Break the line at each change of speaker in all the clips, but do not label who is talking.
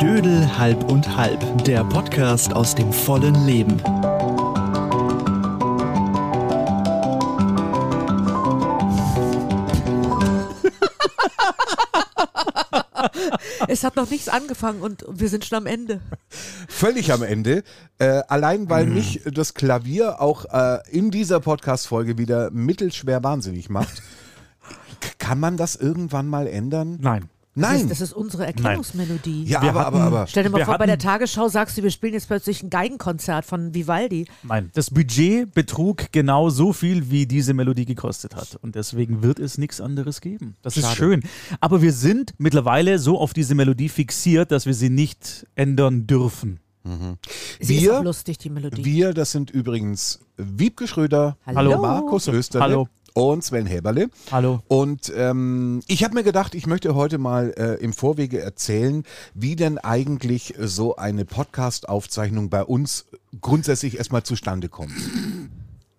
Dödel halb und halb, der Podcast aus dem vollen Leben.
Es hat noch nichts angefangen und wir sind schon am Ende.
Völlig am Ende. Äh, allein weil
Mhm.
mich das Klavier auch äh, in dieser Podcast-Folge wieder mittelschwer wahnsinnig macht. K- Kann man das irgendwann mal ändern?
Nein.
Das
Nein.
ist, das ist unsere Erklärungsmelodie.
ja,
wir
aber, aber,
hatten-
aber.
Stell dir mal
Wir
vor, bei
hatten-
der Tagesschau sagst du, wir spielen jetzt plötzlich ein Geigenkonzert von Vivaldi.
Nein, das Budget betrug genau so viel, wie diese Melodie gekostet hat. Und deswegen wird es nichts anderes geben. Das ist schön. Aber wir sind mittlerweile so auf diese Melodie fixiert, dass wir sie nicht ändern dürfen.
Sie ist
Wir-
auch lustig, die Melodie.
Wir, das sind übrigens Wiebke Schröder,
Hallo.
Markus Österle
Hallo.
und Sven Häberle.
Hallo.
Und ähm, ich habe mir gedacht, ich möchte heute mal äh, im Vorwege erzählen, wie denn eigentlich so eine Podcast-Aufzeichnung bei uns grundsätzlich erstmal zustande kommt.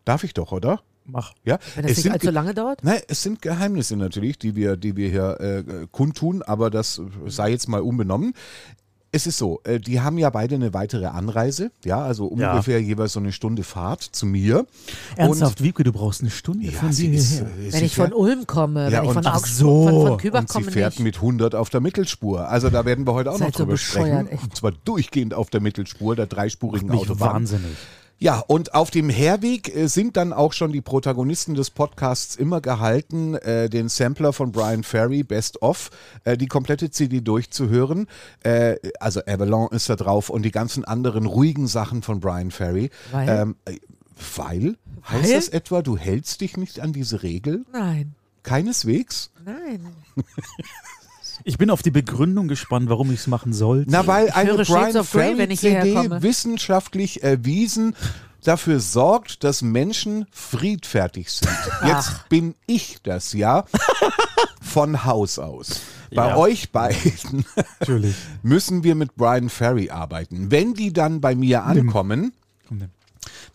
Darf ich doch, oder?
Mach.
Ja.
Wenn das nicht allzu lange dauert.
Nein, es sind Geheimnisse natürlich, die wir, die wir hier äh, äh, kundtun, aber das sei jetzt mal unbenommen. Es ist so, äh, die haben ja beide eine weitere Anreise, ja, also
Ja.
ungefähr jeweils so eine Stunde Fahrt zu mir.
Ernsthaft, Wiebke, du brauchst eine Stunde
Und, ja,
von
sie
dir
ist,
hierher.
äh,
Wenn
sie
ich von
fährt-
Ulm komme,
Ja,
wenn ich
und-
von
ach
Augsburg,
so.
von, von Kübach
und sie
komme
fährt
nicht.
mit 100 auf der Mittelspur. Also da werden wir heute auch noch
Seid so
drüber sprechen.
bescheuert, echt.
Und zwar durchgehend auf der Mittelspur der dreispurigen
Mich
Autobahn.
wahnsinnig.
Ja, und auf dem Herweg äh, sind dann auch schon die Protagonisten des Podcasts immer gehalten, äh, den Sampler von Brian Ferry, Best Of, äh, die komplette CD durchzuhören. Äh, also Avalon ist da drauf und die ganzen anderen ruhigen Sachen von Brian Ferry.
Weil?
Ähm, äh, weil? Heißt
Weil?
das etwa, du hältst dich nicht an diese Regel?
Nein,
Keineswegs?
nein.
Ich bin auf die Begründung gespannt, warum ich es machen sollte.
Na, weil eine
höre Shades
Brian
of Grey,
Ferry
wenn ich hierher
CD
komme.
wissenschaftlich erwiesen dafür sorgt, dass Menschen friedfertig sind. Jetzt bin ich das, ja? Von Haus aus. Bei
Ja.
euch beiden
Natürlich.
müssen wir mit Brian Ferry arbeiten. Wenn die dann bei mir ankommen,
Komm, nimm.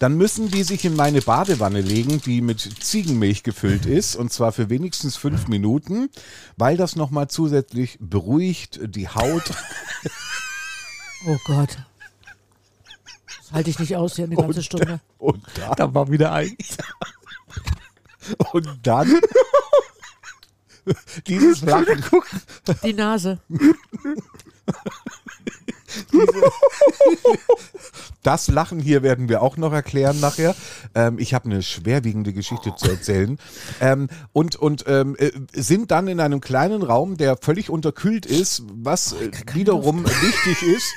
dann müssen die sich in meine Badewanne legen, die mit Ziegenmilch gefüllt ist, und zwar für wenigstens fünf Minuten, weil das nochmal zusätzlich beruhigt die Haut
Oh Gott. Das halte ich nicht aus hier eine ganze Stunde.
und da
Da war wieder eins.
Und dann dieses Lachen,
Die Nase.
das Lachen hier werden wir auch noch erklären nachher. Ähm, ich habe eine schwerwiegende Geschichte zu erzählen. Ähm, und und ähm, äh, sind dann in einem kleinen Raum, der völlig unterkühlt ist, was äh, wiederum wichtig ist.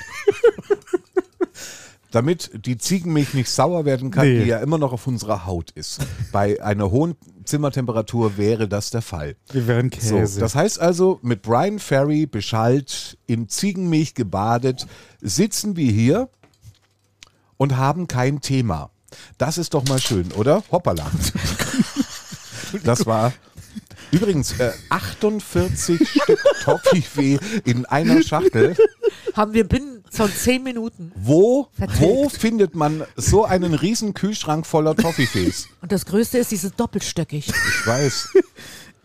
Damit die Ziegenmilch nicht sauer werden kann,
Nee.
die ja immer noch auf unserer Haut ist. Bei einer hohen Zimmertemperatur wäre das der Fall.
Wir wären
So,
Käse.
das heißt also, mit Brian Ferry beschallt, in Ziegenmilch gebadet, sitzen wir hier und haben kein Thema. Das ist doch mal schön, oder? Hoppala. Das war übrigens äh, 48 Stück Toffifee in einer Schachtel.
Haben wir binnen von zehn Minuten.
Wo, wo
Vertilgt.
findet man so einen riesen Kühlschrank voller Toffifees?
Und das Größte ist, die sind doppelstöckig.
Ich weiß.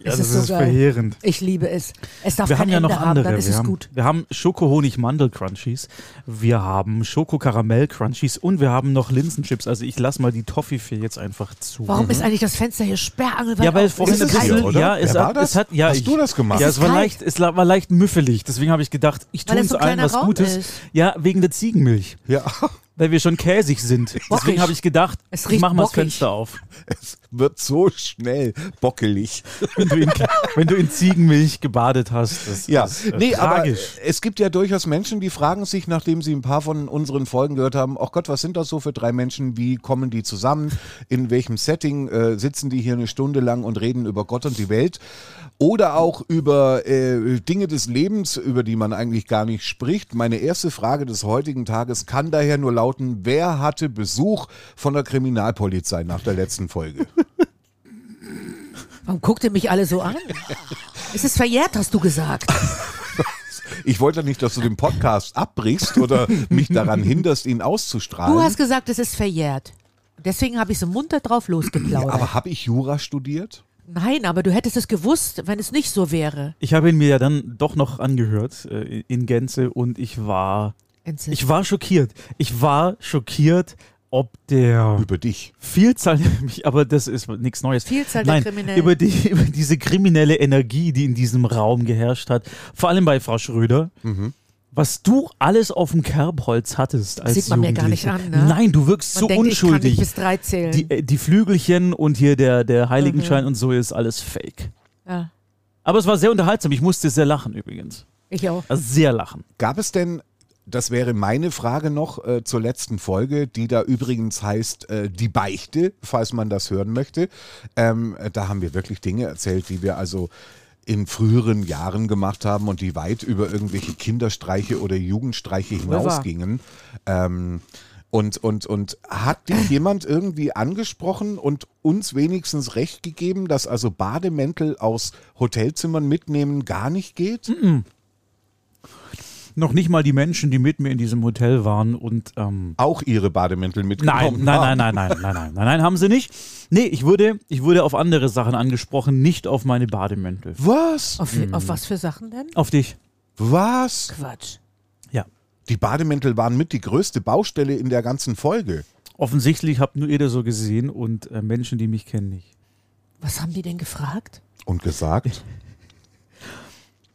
ja,
es
das
ist so
ist
geil.
verheerend.
Ich liebe es. Es darf
Wir
kein
haben ja
Ende
noch
haben,
andere.
dann ist
wir,
es
haben,
gut.
wir haben Schoko-Honig-Mandel-Crunchies, wir haben Schoko-Karamell-Crunchies und wir haben noch Linsenchips. Also ich lasse mal die Toffifee jetzt einfach zu.
Warum ist eigentlich das Fenster hier sperrangelweit
Mhm. Ja, weil
auf?
vorhin
Ist
ein
es hier,
bisschen,
oder?
ja, es
Wer war
hat,
das?
es hat, ja,
Hast
ich,
du das gemacht?
Ja,
Es
es war
kalt.
leicht, es la- war leicht müffelig. Deswegen habe ich gedacht, ich tue
Weil das
uns
so ein
allen
kleiner
was
Raum
Gutes.
ist.
Ja, wegen der Ziegenmilch,
Ja,
weil wir schon käsig sind. Deswegen
Bockig.
habe ich gedacht,
Es
ich
riecht
mache mal das
bockig.
Fenster auf.
es wird so schnell bockelig.
Wenn du in, wenn du in Ziegenmilch gebadet hast. Das
Ja,
ist äh,
nee, aber
tragisch.
es gibt ja durchaus Menschen, die fragen sich, nachdem sie ein paar von unseren Folgen gehört haben, ach Gott, was sind das so für drei Menschen, wie kommen die zusammen, in welchem Setting äh, sitzen die hier eine Stunde lang und reden über Gott und die Welt oder auch über äh, Dinge des Lebens, über die man eigentlich gar nicht spricht. Meine erste Frage des heutigen Tages kann daher nur lauten, wer hatte Besuch von der Kriminalpolizei nach der letzten Folge?
Warum guckt ihr mich alle so an? Es ist verjährt, hast du gesagt.
Ich wollte nicht, dass du den Podcast abbrichst oder mich daran hinderst, ihn auszustrahlen.
Du hast gesagt, es ist verjährt. Deswegen habe ich so munter drauf losgeplaudert.
Aber habe ich Jura studiert?
Nein, aber du hättest es gewusst, wenn es nicht so wäre.
Ich habe ihn mir ja dann doch noch angehört äh, in Gänze und ich war,
Entsetzt.
ich war schockiert. Ich war schockiert, ob der
Über dich.
Vielzahl, aber das ist nichts Neues.
Vielzahl der
Nein,
Kriminellen.
über, die, über diese kriminelle Energie, die in diesem Raum geherrscht hat, vor allem bei Frau Schröder. Was du alles auf dem Kerbholz hattest als
Sieht man mir gar
Jugendliche.
nicht an, ne?
Nein, du wirkst
Man
so
denkt, Ich kann
unschuldig.
nicht bis drei zählen.
die, äh, die Flügelchen und hier der, der Heiligenschein
Mhm.
und so ist alles fake.
ja,
Aber es war sehr unterhaltsam. Ich musste sehr lachen übrigens.
ich auch.
Also sehr lachen.
Gab es denn, das wäre meine Frage noch äh, zur letzten Folge, die da übrigens heißt äh, Die Beichte, falls man das hören möchte. Ähm, äh, da haben wir wirklich Dinge erzählt, die wir also in früheren Jahren gemacht haben und die weit über irgendwelche Kinderstreiche oder Jugendstreiche hinausgingen. Ähm, und, und, und hat dich jemand irgendwie angesprochen und uns wenigstens recht gegeben, dass also Bademäntel aus Hotelzimmern mitnehmen gar nicht geht?
Noch nicht mal die Menschen, die mit mir in diesem Hotel waren und ähm,
Auch ihre Bademäntel
Nein,
mitgenommen haben?
nein, nein, nein, nein, nein, nein, nein, nein, haben sie nicht. Nee, ich wurde, ich wurde auf andere Sachen angesprochen, nicht auf meine Bademäntel.
Was?
Auf,
Hm.
auf was für Sachen denn?
Auf dich.
Was?
Quatsch.
Ja.
Die Bademäntel waren mit die größte Baustelle in der ganzen Folge.
Offensichtlich habt nur ihr das so gesehen und äh, Menschen, die mich kennen, nicht.
Was haben die denn gefragt?
Und gesagt,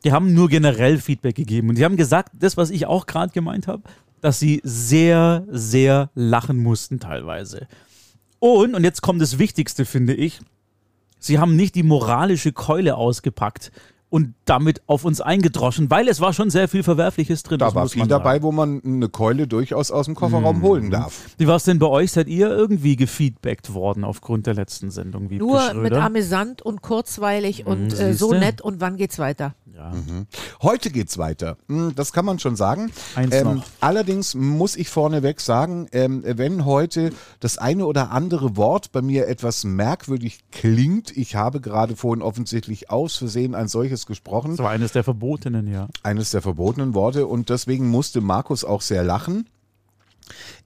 Die haben nur generell Feedback gegeben und die haben gesagt, das, was ich auch gerade gemeint habe, dass sie sehr, sehr lachen mussten teilweise. Und, und jetzt kommt das Wichtigste, finde ich, sie haben nicht die moralische Keule ausgepackt und damit auf uns eingedroschen, weil es war schon sehr viel Verwerfliches drin.
da
das
war
muss
viel
man sagen. Mhm.
dabei, wo man eine Keule durchaus aus dem Kofferraum holen darf.
Wie war es denn bei euch? Seid ihr irgendwie gefeedbackt worden aufgrund der letzten Sendung? Wiebke
Nur
Schröder?
mit amüsant und kurzweilig und äh, so
Hm, siehste.
nett und wann geht's weiter?
Heute geht's weiter. Hm, Das kann man schon sagen.
Eins
ähm,
noch.
allerdings muss ich vorneweg sagen, ähm, wenn heute das eine oder andere Wort bei mir etwas merkwürdig klingt, ich habe gerade vorhin offensichtlich aus Versehen ein solches gesprochen.
Das war eines der Verbotenen, ja.
eines der verbotenen Worte und deswegen musste Markus auch sehr lachen.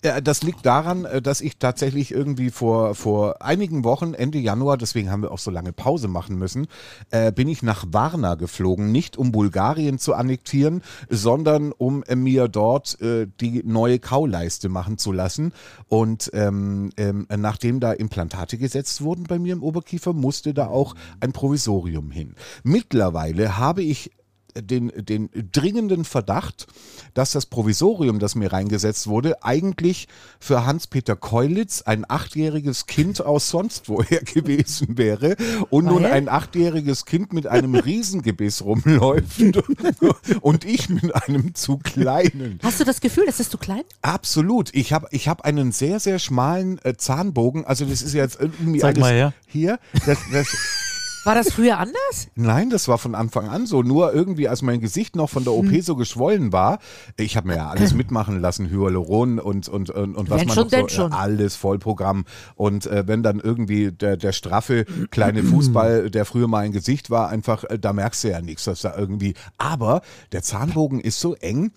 Äh, Das liegt daran, äh, dass ich tatsächlich irgendwie vor, vor einigen Wochen, Ende Januar, deswegen haben wir auch so lange Pause machen müssen, äh, bin ich nach Varna geflogen, nicht um Bulgarien zu annektieren, sondern um äh, mir dort äh, die neue Kauleiste machen zu lassen. Und ähm, ähm, nachdem da Implantate gesetzt wurden bei mir im Oberkiefer, musste da auch ein Provisorium hin. Mittlerweile habe ich den, den dringenden Verdacht, dass das Provisorium, das mir reingesetzt wurde, eigentlich für Hans-Peter Keulitz ein achtjähriges Kind aus sonst woher gewesen wäre und nun
Weil?
ein achtjähriges Kind mit einem Riesengebiss rumläuft und ich mit einem zu kleinen.
Hast du das Gefühl, das ist zu klein?
Absolut. Ich habe ich hab einen sehr, sehr schmalen äh, Zahnbogen. Also das ist jetzt irgendwie
Zeig
alles
mal her.
hier. Das, das,
War das früher anders?
Nein, das war von Anfang an so. Nur irgendwie, als mein Gesicht noch von der OP
Hm.
so geschwollen war, ich habe mir ja alles mitmachen lassen, Hyaluron und, und, und, und was
Wenn
man
schon,
noch so,
denn schon.
alles Vollprogramm. Und äh, wenn dann irgendwie der, der straffe kleine Fußball, der früher mal ein Gesicht war, einfach, äh, da merkst du ja nichts, dass da irgendwie. Aber der Zahnbogen ist so eng,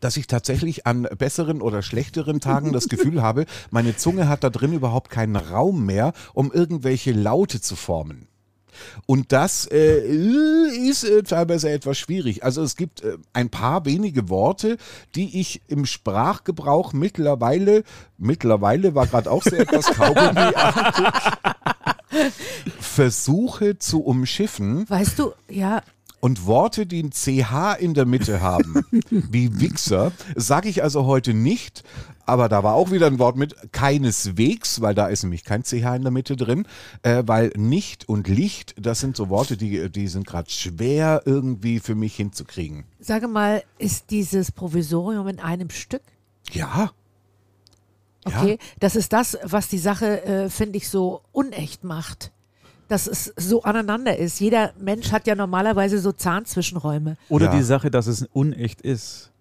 dass ich tatsächlich an besseren oder schlechteren Tagen das Gefühl habe, meine Zunge hat da drin überhaupt keinen Raum mehr, um irgendwelche Laute zu formen. Und das äh, ist äh, teilweise etwas schwierig. Also es gibt äh, ein paar wenige Worte, die ich im Sprachgebrauch mittlerweile, mittlerweile war gerade auch so etwas Kaugummiartig, versuche zu umschiffen
Weißt du, ja,
und Worte, die ein CH in der Mitte haben, wie Wichser, sage ich also heute nicht. Aber da war auch wieder ein Wort mit keineswegs, weil da ist nämlich kein CH in der Mitte drin, äh, weil nicht und Licht, das sind so Worte, die, die sind gerade schwer irgendwie für mich hinzukriegen.
sage mal, ist dieses Provisorium in einem Stück?
Ja, Ja.
Okay, das ist das, was die Sache, äh, finde ich, so unecht macht. Dass es so aneinander ist. Jeder Mensch hat ja normalerweise so Zahnzwischenräume.
Oder
Ja.
die Sache, dass es unecht ist.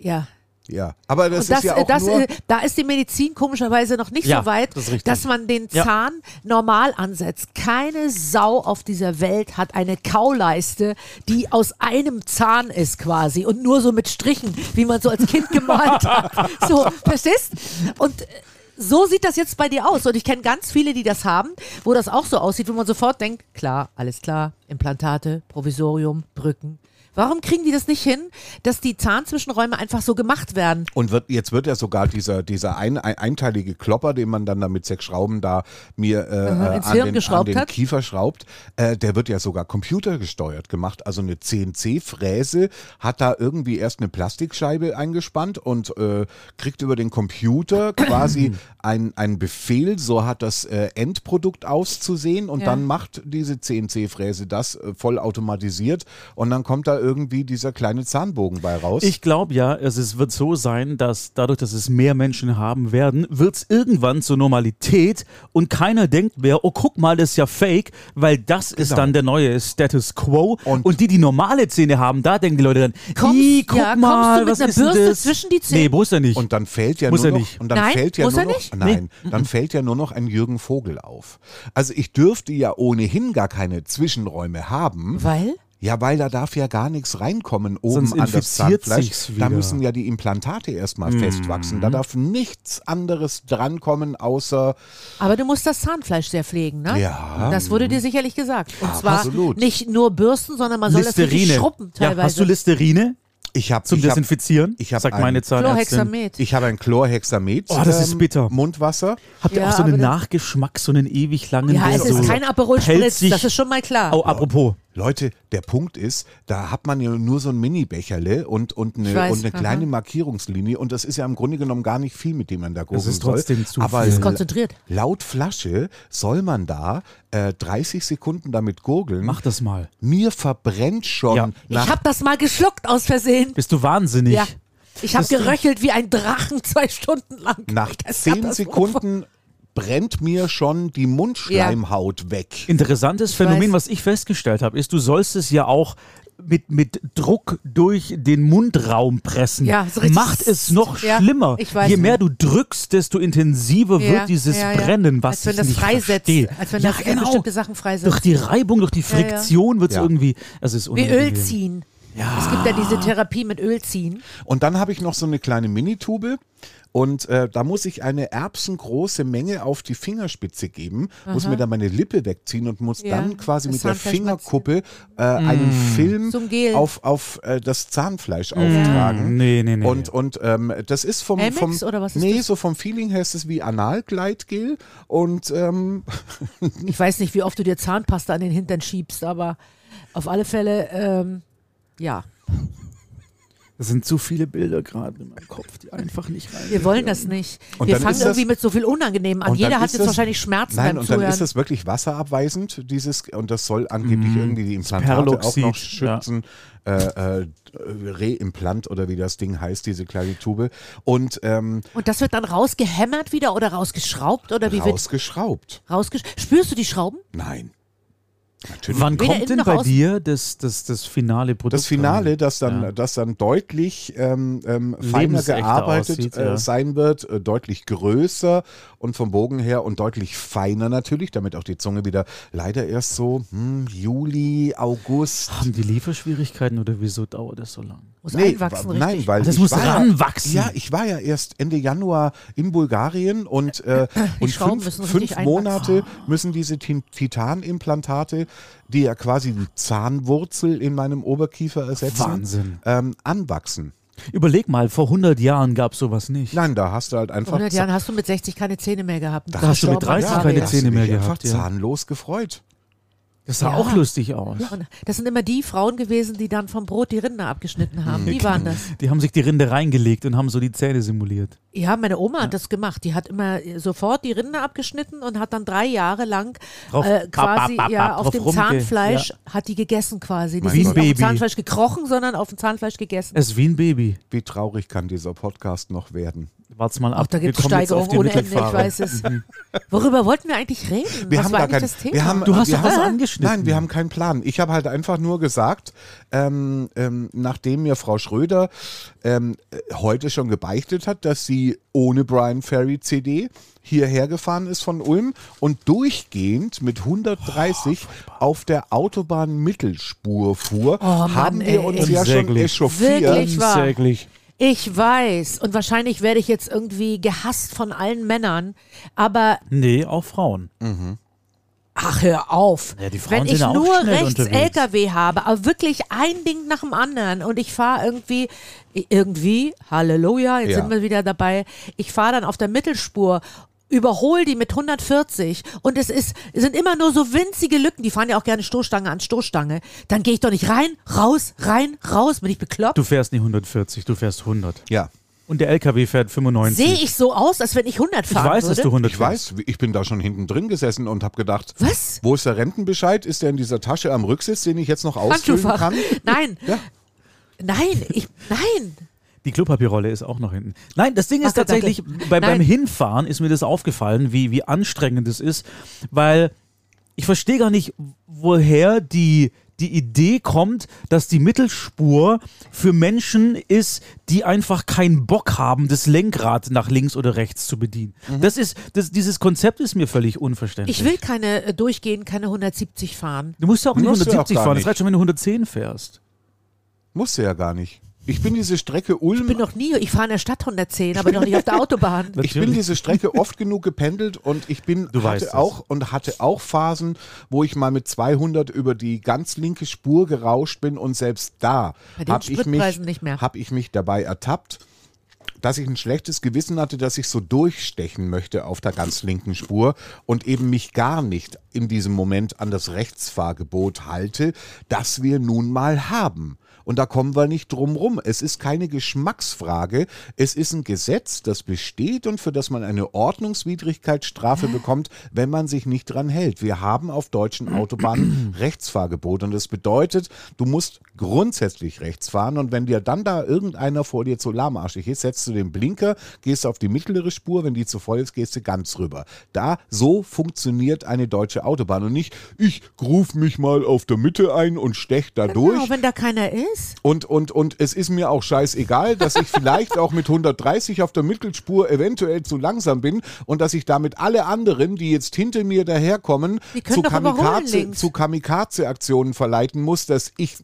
Ja.
ja. Aber das,
Und das,
ist ja
äh,
auch
das,
nur...
äh, da ist die Medizin komischerweise noch nicht
Ja,
so weit,
das ist richtig.
dass man den
Ja.
Zahn normal ansetzt. Keine Sau auf dieser Welt hat eine Kauleiste, die aus einem Zahn ist quasi und nur so mit Strichen, wie man so als Kind gemalt hat. So, verstehst? Und äh, so sieht das jetzt bei dir aus. Und ich kenne ganz viele, die das haben, wo das auch so aussieht, wo man sofort denkt, klar, alles klar, Implantate, Provisorium, Brücken. Warum kriegen die das nicht hin, dass die Zahnzwischenräume einfach so gemacht werden?
Und wird, jetzt wird ja sogar dieser, dieser ein, ein, einteilige Klopper, den man dann da mit sechs Schrauben da mir äh,
Aha,
äh,
ins
an,
Hirn
den, an
geschraubt
den
hat.
Kiefer schraubt, äh, der wird ja sogar computergesteuert gemacht. Also eine CNC-Fräse hat da irgendwie erst eine Plastikscheibe eingespannt und äh, kriegt über den Computer quasi einen einen Befehl, so hat das äh, Endprodukt auszusehen und
Ja.
dann macht diese CNC-Fräse das äh, voll automatisiert und dann kommt da irgendwie dieser kleine Zahnbogen bei raus.
Ich glaube ja, also es wird so sein, dass dadurch, dass es mehr Menschen haben werden, wird es irgendwann zur Normalität und keiner denkt mehr, oh guck mal, das ist ja fake, weil das ist
Genau.
dann der neue Status Quo. Und,
Und-
die, die normale Zähne haben, da denken die Leute dann,
Kommst-
"Ih, guck
ja, kommst du
mal,
mit
was
einer
ist denn
Bürste
das?
zwischen die Zähne?
Nee, muss er nicht.
Und dann fällt ja
Muss
nur
er
noch,
nicht. Mhm.
Und dann
Nein,
fällt ja
muss
nur
er
noch,
nicht?
Nein, dann fällt ja nur noch ein Jürgen Vogel auf. Also ich dürfte ja ohnehin gar keine Zwischenräume haben.
Weil?
Ja, weil da darf ja gar nichts reinkommen oben
Sonst
an das
infiziert
Zahnfleisch.
sich's
Da
wieder. Mhm.
müssen ja die Implantate erstmal festwachsen. Da darf nichts anderes drankommen, außer
Aber du musst das Zahnfleisch sehr pflegen, ne?
Ja.
Das wurde dir sicherlich gesagt. Und zwar
absolut.
nicht nur Bürsten, sondern man soll das
Listerine.
richtig schrubben
ja,
teilweise.
hast du Listerine
ich habe
zum
ich hab,
Desinfizieren?
ich hab
Sagt
einen-
meine Zahnärztin.
Chlorhexamet.
ich habe ein Chlorhexamet. ähm,
Oh, das ist bitter.
Mundwasser.
Habt ihr
Ja,
auch so einen
aber das-
Nachgeschmack, so einen ewig langen
ja,
der
es ist
so
kein Aperol Spritz,
pelzig-
das ist schon mal klar.
Oh, apropos.
Leute, der Punkt ist, da hat man ja nur so ein Mini-Becherle und, und eine,
Ich weiß,
und eine
aha.
kleine Markierungslinie und das ist ja im Grunde genommen gar nicht viel, mit dem man da gucken
ist
soll.
trotzdem zu
Aber
viel.
Das ist konzentriert.
laut Flasche soll man da äh, 30 Sekunden damit gurgeln.
Mach das mal.
Mir verbrennt schon
Ja.
ich
nach
habe das mal geschluckt aus Versehen.
Bist du wahnsinnig?
Ja. Ich habe geröchelt wie ein Drachen zwei Stunden lang.
Nach
Das
zehn
Katastrophe.
Sekunden brennt mir schon die Mundschleimhaut weg.
Interessantes
weiß.
Phänomen, was ich festgestellt habe, ist, du sollst es ja auch mit, mit Druck durch den Mundraum pressen.
Ja, so richtig-
Macht es noch
Ja,
schlimmer.
ich weiß.
Je mehr du drückst, desto intensiver
Ja,
wird dieses
ja, ja.
Brennen,
Als
was
wenn
ich
das
nicht
freisetzt,
verstehe.
als wenn
ja,
das, äh,
genau.
bestimmte Sachen freisetzt.
Durch die Reibung, durch die
ja.
Friktion wird es
Ja.
irgendwie. Es ist
Wie Öl
unangenehm.
ziehen. Es gibt ja diese Therapie mit Öl ziehen.
Und dann habe ich noch so eine kleine Minitube und äh, da muss ich eine erbsengroße Menge auf die Fingerspitze geben, muss mir dann meine Lippe wegziehen und muss
Ja,
dann quasi
das
mit der
Zahnfleisch
Fingerkuppe äh, einen Film
So ein Gel.
auf, auf äh, das Zahnfleisch auftragen.
Mm, Nee, nee, nee.
Mhm. Und, und ähm, das ist vom,
Amex
vom
oder was ist
nee, so vom Feeling her ist es wie Analgleitgel und ähm,
Ich weiß nicht, wie oft du dir Zahnpasta an den Hintern schiebst, aber auf alle Fälle, ähm, ja.
das sind zu viele Bilder gerade in meinem Kopf, die einfach nicht rein.
Wir wollen das nicht.
Und
wir
dann
fangen
ist das-
irgendwie mit so viel Unangenehmen an.
Und dann
Jeder hat
ist
jetzt
das-
wahrscheinlich Schmerzen
Nein,
beim
und
Zuhören.
dann ist das wirklich wasserabweisend, dieses, und das soll angeblich irgendwie die Implantate auch
Mhm. Perloxid,
noch schützen. Äh, äh, Reimplant oder wie das Ding heißt, diese kleine Tube. Und ähm,
Und das wird dann rausgehämmert wieder oder rausgeschraubt oder wie wird
rausgeschraubt.
rausgeschraubt? Spürst du die Schrauben?
Nein. Natürlich.
Wann
nicht.
Weder innen
kommt denn
noch
bei
außen.
dir das, das, das finale Produkt?
das Finale,
rein?
das dann,
Ja.
das dann deutlich ähm, ähm, feiner
Lebensechter
gearbeitet
aussieht,
äh,
ja.
sein wird, äh, deutlich größer und vom Bogen her und deutlich feiner natürlich, damit auch die Zunge wieder leider erst so hm, Juli, August.
Haben die Lieferschwierigkeiten oder wieso dauert das so lang?
Muss
Nee,
einwachsen
wa-
richtig.
Nein, weil
Das
Also ich
muss
war
ranwachsen.
Ja, ich war ja erst Ende Januar in Bulgarien und, äh, und
Schrauben
fünf,
müssen richtig
fünf
einwachsen. Oh.
Monate müssen diese Tin- Titanimplantate, die ja quasi die Zahnwurzel in meinem Oberkiefer ersetzen,
Wahnsinn.
Ähm, anwachsen.
Überleg mal, vor 100 Jahren gab es sowas nicht.
Nein, da hast du halt einfach.
Vor 100 Jahren hast du mit 60 keine Zähne mehr gehabt.
da
hast du mit
Staub am
30
Kabel.
keine
da hast
Zähne
du dich
mehr
einfach
gehabt, ja.
zahnlos gefreut.
Das sah
Ja.
auch lustig aus.
Und Das sind immer die Frauen gewesen, die dann vom Brot die Rinder abgeschnitten haben. Die
genau.
waren das.
Die haben sich die Rinde reingelegt und haben so die Zähne simuliert.
Ja, meine Oma hat das gemacht. Die hat immer äh, sofort die Rinde abgeschnitten und hat dann drei Jahre lang
Drauf-
äh, quasi
bap, bap,
ja,
bap,
auf
drauf
dem
rumge-
Zahnfleisch hat die gegessen quasi. Die
Mein
sind nicht
Gott.
auf dem
Baby.
Zahnfleisch gekrochen, sondern auf dem Zahnfleisch gegessen.
Es ist wie ein Baby.
Wie traurig kann dieser Podcast noch werden?
Wart's mal ab.
Auch da gibt
Wir
es
kommen jetzt auf
Steigerungen
die
ohne Ende, ich
Mittelfahrer. Mhm.
weiß es. Worüber wollten wir eigentlich reden?
Wir
Was
haben
war
gar
eigentlich
kein,
das Thema?
Wir haben,
Du hast
wir
doch
haben,
was angeschnitten.
Nein, wir haben keinen Plan. Ich habe halt einfach nur gesagt, ähm, ähm, nachdem mir Frau Schröder ähm, äh, heute schon gebeichtet hat, dass sie ohne Brian Ferry CD hierher gefahren ist von Ulm und durchgehend mit
Oh,
130 auf der Autobahn Mittelspur fuhr,
Oh, Mann,
haben wir
ey.
uns ja schon
Unsäglich.
echauffiert.
Wirklich? Ich war-
Unsäglich.
Ich weiß. Und wahrscheinlich werde ich jetzt irgendwie gehasst von allen Männern. Aber
Nee, auch Frauen.
Ach, hör auf.
Ja, die Frauen
Wenn ich
sind ja auch
nur
schnell
rechts
unterwegs.
LKW habe, aber wirklich ein Ding nach dem anderen und ich fahre irgendwie, irgendwie, Halleluja, jetzt
Ja.
sind wir wieder dabei, ich fahre dann auf der Mittelspur überhole die mit 140 und es ist es sind immer nur so winzige Lücken, die fahren ja auch gerne Stoßstange an Stoßstange, dann gehe ich doch nicht rein, raus, rein, raus, bin ich bekloppt?
Du fährst nicht 140, du fährst 100.
Ja.
Und der LKW fährt 95.
Sehe ich so aus, als wenn ich 100
ich
fahren
weiß, dass
würde?
du 100
Ich
fährst.
weiß, ich bin da schon hinten drin gesessen und habe gedacht,
Was?
wo ist der Rentenbescheid? Ist der in dieser Tasche am Rücksitz, den ich jetzt noch ausfüllen
Handschuhfach.
kann?
Nein.
Ja.
Nein, ich nein.
Die Klopapierrolle ist auch noch hinten. Nein, das Ding
Ach
ist
Gott, danke.
tatsächlich, bei, beim
Nein.
Hinfahren ist mir das aufgefallen, wie, wie anstrengend es ist, weil ich verstehe gar nicht, woher die, die Idee kommt, dass die Mittelspur für Menschen ist, die einfach keinen Bock haben, das Lenkrad nach links oder rechts zu bedienen. Das ist, das, dieses Konzept ist mir völlig unverständlich.
Mhm. Ich will keine äh, durchgehen, keine 170 fahren.
du musst ja auch nicht
Musst du ja auch
170
gar
fahren,
nicht.
das reicht schon, wenn du 110 fährst.
Musste ja gar nicht. Ich bin diese Strecke
Ich bin
Ulm.
noch nie, ich fahre in der Stadt 110, aber noch nicht auf der Autobahn.
Ich bin diese Strecke oft genug gependelt und ich bin
Du weißt
hatte
es.
auch und hatte auch Phasen, wo ich mal mit 200 über die ganz linke Spur gerauscht bin und selbst da
Bei den
habe ich mich
Spritpreisen nicht mehr.
habe ich mich dabei ertappt, dass ich ein schlechtes Gewissen hatte, dass ich so durchstechen möchte auf der ganz linken Spur und eben mich gar nicht in diesem Moment an das Rechtsfahrgebot halte, das wir nun mal haben. Und da kommen wir nicht drum rum. Es ist keine Geschmacksfrage. Es ist ein Gesetz, das besteht und für das man eine Ordnungswidrigkeitsstrafe bekommt, wenn man sich nicht dran hält. Wir haben auf deutschen Autobahnen Rechtsfahrgebot und das bedeutet, du musst grundsätzlich rechts fahren und wenn dir dann da irgendeiner vor dir zu lahmarschig ist, setzt du den Blinker, gehst auf die mittlere Spur, wenn die zu voll ist, gehst du ganz rüber. Da, so funktioniert eine deutsche Autobahn und nicht, ich gruf mich mal auf der Mitte ein und stech da durch.
Genau, wenn da keiner ist.
Und, und, und es ist mir auch scheißegal, dass ich vielleicht auch mit 130 auf der Mittelspur eventuell zu langsam bin und dass ich damit alle anderen, die jetzt hinter mir daherkommen,
Die können
zu
doch überholen
Kamikaze,
links.
zu Kamikaze-Aktionen verleiten muss, dass ich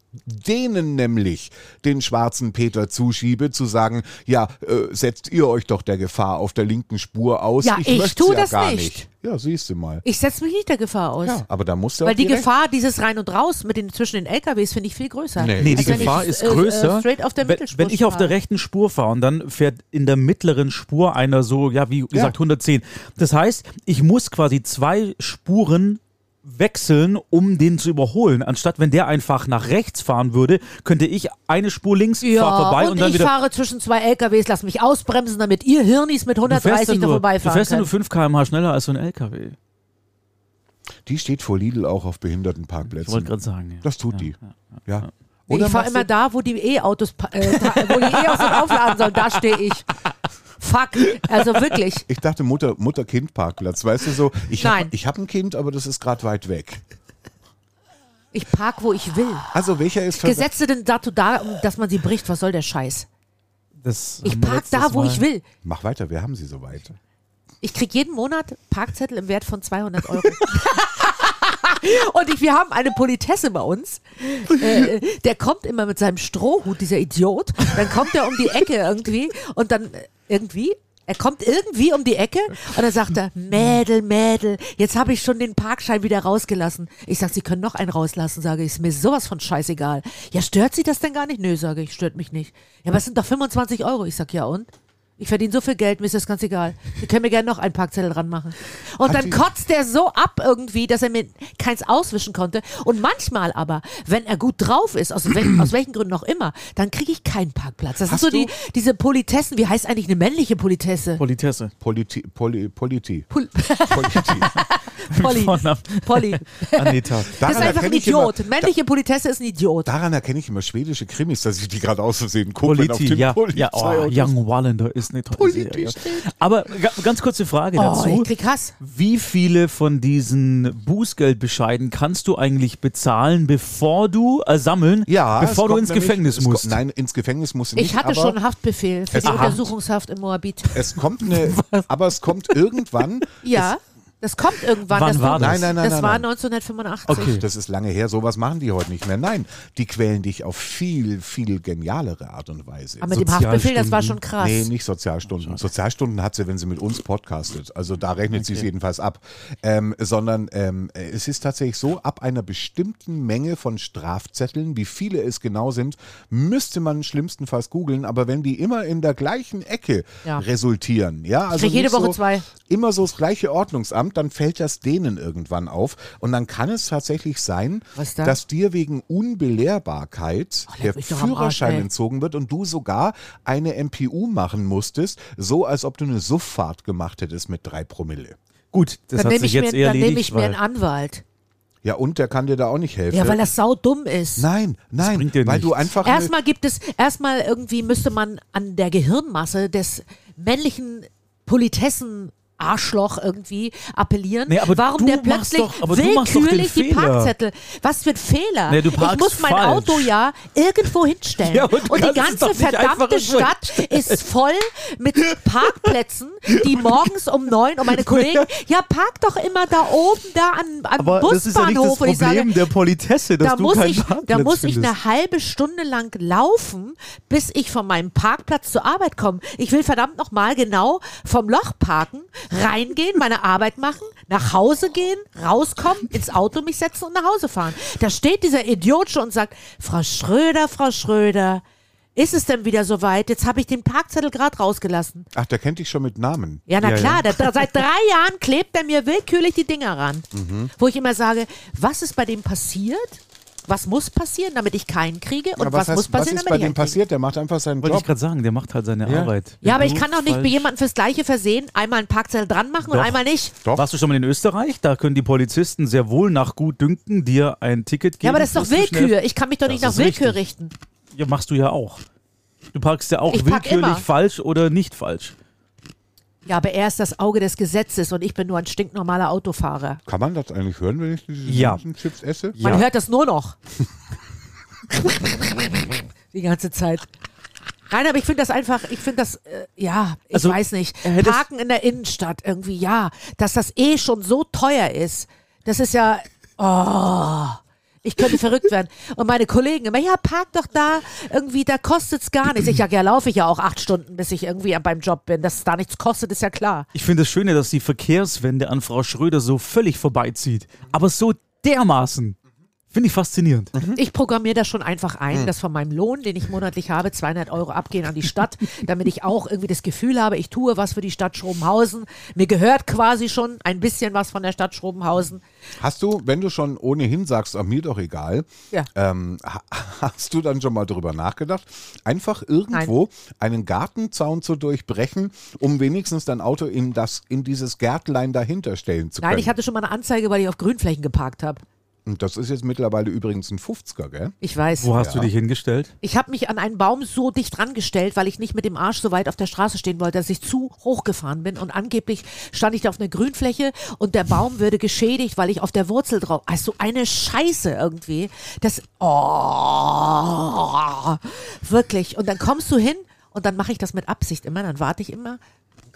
denen nämlich den schwarzen Peter zuschiebe, zu sagen, ja, äh, setzt ihr euch doch der Gefahr auf der linken Spur aus.
Ja, ich
möcht's
tu
ja
das
gar
nicht.
Ja, siehst du mal.
Ich setze mich nicht der Gefahr aus.
Ja, aber da muss der
Weil
auch
die
direkt-
Gefahr dieses Rein und Raus mit den, zwischen den LKWs finde ich viel größer.
Nee.
Nee,
Als
die
wenn
Gefahr
ich,
ist
äh,
größer.
Äh, straight auf der
wenn,
Mittelspur
wenn ich auf der
fahre.
rechten Spur fahre und dann fährt in der mittleren Spur einer so, ja, wie gesagt, 110. Das heißt, ich muss quasi zwei Spuren wechseln, um den zu überholen. Anstatt wenn der einfach nach rechts fahren würde, könnte ich eine Spur links
ja,
fahr vorbei und,
und,
dann
ich
wieder.
fahre zwischen zwei LKWs, lass mich ausbremsen, damit ihr Hirnis mit
Du fährst
130 da
ja nur, du
vorbeifahren
fährst ja nur
könnt.
5 km/h schneller als so ein LKW.
Die steht vor Lidl auch auf
Ich wollte
Behindertenparkplätzen.
gerade sagen. Ja.
Das tut die. Ja.
ich fahre
machst du-
immer da, wo die E-Autos pa- äh, ta- wo die E-Autos aufladen sollen, da stehe ich. Fuck, also wirklich.
Ich dachte Mutter, Mutter-Kind-Parkplatz, weißt du so, ich
Nein.
habe hab ein Kind, aber das ist gerade weit weg.
Ich park, wo ich will.
Also welcher ist verwe-
Gesetze denn dazu da, um- dass man sie bricht? Was soll der Scheiß?
Das
Ich
haben wir
park da,
letztes
wo
Mal-
ich will.
Mach weiter, wir haben sie soweit.
Ich krieg jeden Monat Parkzettel im Wert von 200 Euro. Und ich, wir haben eine Politesse bei uns. Äh, äh, der kommt immer mit seinem Strohhut, dieser Idiot. Dann kommt er um die Ecke irgendwie und dann äh, irgendwie. Er kommt irgendwie um die Ecke und dann sagt er, Mädel, Mädel, jetzt habe ich schon den Parkschein wieder rausgelassen. Ich sag, Sie können noch einen rauslassen, sage ich, ist mir sowas von scheißegal. Ja, stört Sie das denn gar nicht? Nö, sage ich, stört mich nicht. Ja, aber es sind doch 25 Euro. Ich sag, ja und? Ich verdiene so viel Geld, mir ist das ganz egal. Sie können mir gerne noch einen Parkzettel dran machen. Und dann
die-
kotzt der so ab irgendwie, dass er mir keins auswischen konnte. Und manchmal aber, wenn er gut drauf ist, aus, wel aus welchen Gründen auch immer, dann kriege ich keinen Parkplatz. Das
Hast
sind so die,
du-
diese Politessen. Wie heißt eigentlich eine männliche Politesse?
Politesse.
Politi, Poli, Politi.
Pol
Politi.
Polly.
Vornamen.
Polly.
Anita.
Das ist einfach ein
erkenne ich
Idiot.
Immer,
männliche Politesse ist ein Idiot.
daran erkenne ich immer schwedische Krimis, dass ich die gerade aus Versehen gucke. wenn auf
Politi,
dem
ja.
Polizei
ja oh, Young Wallander ist eine tolle
Politi
Serie. Aber ga- ganz kurze Frage
Oh,
dazu.
ich krieg Hass.
Wie viele von diesen Bußgeldbescheiden kannst du eigentlich bezahlen, bevor du äh, sammeln,
ja, es
bevor du
kommt
ins
nämlich-
Gefängnis
es ko-
musst?
Nein, ins Gefängnis musst du nicht.
Ich hatte
aber
schon einen Haftbefehl für
Es-
die
Aha.
Untersuchungshaft im Moabit.
Es kommt eine, aber es kommt irgendwann
Ja. Das kommt irgendwann.
Wann
das
war das?
Nein, nein, nein,
das
nein,
war
nein.
1985.
Okay.
Das ist lange her, sowas machen die heute nicht mehr. Nein, die quälen dich auf viel, viel genialere Art und Weise.
Aber mit dem Haftbefehl, das war schon krass.
Nee, nicht Sozialstunden. Sozialstunden hat sie, wenn sie mit uns podcastet. Also da rechnet sie es jedenfalls ab. Ähm, sondern ähm, es ist tatsächlich so, ab einer bestimmten Menge von Strafzetteln, wie viele es genau sind, müsste man schlimmstenfalls googeln. Aber wenn die immer in der gleichen Ecke
Ja.
resultieren, ja, also
krieg jede
nicht
Woche
so,
zwei.
Immer so das gleiche Ordnungsamt, dann fällt das denen irgendwann auf. Und dann kann es tatsächlich sein,
Was dann? Oh,
dass dir wegen Unbelehrbarkeit
leck
der
mich doch am Arsch,
Führerschein
ey.
entzogen wird und du sogar eine MPU machen musstest, so als ob du eine Sufffahrt gemacht hättest mit drei Promille.
Gut,
Dann
das hat
nehme
sich
ich,
jetzt
mir, dann nehm
erledigt.
ich mir einen
weil-
Anwalt.
Ja, und der kann dir da auch nicht helfen.
Ja, weil das saudumm ist.
nein, nein,
bringt dir
weil du
nichts.
einfach eine-
Erstmal gibt es, erstmal irgendwie müsste man an der Gehirnmasse des männlichen Politessen Arschloch irgendwie appellieren.
Nee, aber
Warum
du
der
machst
plötzlich
doch- aber du machst doch den
willkürlich die
Fehler.
Parkzettel? Was für ein Fehler?
Nee, du
ich
parkst
muss mein
falsch.
Auto ja irgendwo hinstellen.
Ja, und du
und die
kannst es doch
ganze
nicht einfach
verdammte
irgendwo
Stadt ist voll mit Parkplätzen, die morgens um neun und meine Kollegen, ja, park doch immer da oben, da an, am
Aber
Busbahnhof.
das ist ja nicht das
und ich sage,
Problem der Politesse, dass
da
du
muss,
keinen
ich, da
Parkplatz
muss ich
findest.
eine halbe Stunde lang laufen, bis ich von meinem Parkplatz zur Arbeit komme. Ich will verdammt nochmal genau vom Loch parken, reingehen, meine Arbeit machen, nach Hause gehen, rauskommen, ins Auto mich setzen und nach Hause fahren. Da steht dieser Idiot schon und sagt, Frau Schröder, Frau Schröder, ist es denn wieder soweit? Jetzt habe ich den Parkzettel gerade rausgelassen.
Ach, der kennt dich schon mit Namen.
Ja, na
Ja,
klar, Da, da, seit drei Jahren klebt er mir willkürlich die Dinger ran. Wo ich immer sage, was ist bei dem passiert? Was muss passieren, damit ich keinen kriege? Und
Aber
was,
heißt,
muss passieren,
was
damit ich
ist bei dem
einen kriege?
passiert? Der macht einfach seinen
Wollte
Job.
ich gerade sagen, der macht halt seine
Ja.
Arbeit.
Ja, aber
Wenn
ich
du
kann doch nicht bei
falsch-
jemandem fürs gleiche Versehen einmal einen Parkzettel dran machen und
Doch.
einmal nicht.
Doch.
Warst du schon mal in Österreich? Da können die Polizisten sehr wohl nach Gutdünken dir ein Ticket geben.
Ja, aber das ist doch
fürs zu schnell-
Willkür. Ich kann mich doch nicht
Das
nach
ist
Willkür
richtig.
richten.
Ja, machst du ja auch. Du parkst ja auch
Ich park
willkürlich
immer.
falsch oder nicht falsch.
Ja, aber er ist das Auge des Gesetzes und ich bin nur ein stinknormaler Autofahrer.
Kann man das eigentlich hören, wenn ich diese
Ja.
ganzen Chips esse?
Man
Ja.
hört das nur noch. die ganze Zeit. Nein, aber ich finde das einfach, ich finde das, äh, ja, ich
Also,
weiß nicht.
er hätte es-
Parken in der Innenstadt irgendwie, ja. Dass das eh schon so teuer ist, das ist ja, oh, ich könnte verrückt werden. Und meine Kollegen immer, ja, park doch da, irgendwie, da kostet's gar nichts. Ich sag, ja, laufe ich ja auch acht Stunden, bis ich irgendwie beim Job bin. Dass es da nichts kostet, ist ja klar.
Ich finde es das schöne, dass die Verkehrswende an Frau Schröder so völlig vorbeizieht. Aber so dermaßen. Finde ich faszinierend.
Ich programmiere das schon einfach ein, dass von meinem Lohn, den ich monatlich habe, 200 Euro abgehen an die Stadt, damit ich auch irgendwie das Gefühl habe, ich tue was für die Stadt Schrobenhausen. Mir gehört quasi schon ein bisschen was von der Stadt Schrobenhausen.
Hast du, wenn du schon ohnehin sagst, ah, mir doch egal,
Ja.
ähm, ha- hast du dann schon mal drüber nachgedacht, einfach irgendwo einen Gartenzaun zu durchbrechen, um wenigstens dein Auto in, das, in dieses Gärtlein dahinter stellen zu können?
Nein, ich hatte schon mal eine Anzeige, weil ich auf Grünflächen geparkt habe.
Und das ist jetzt mittlerweile übrigens ein 50er, gell?
Ich weiß.
Wo hast
Ja.
du dich hingestellt?
Ich habe mich an einen Baum so dicht rangestellt, weil ich nicht mit dem Arsch so weit auf der Straße stehen wollte, dass ich zu hoch gefahren bin. Und angeblich stand ich da auf einer Grünfläche und der Baum würde geschädigt, weil ich auf der Wurzel drauf. Also eine Scheiße irgendwie. Das. Oh, wirklich. Und dann kommst du hin und dann mache ich das mit Absicht immer. Dann warte ich immer,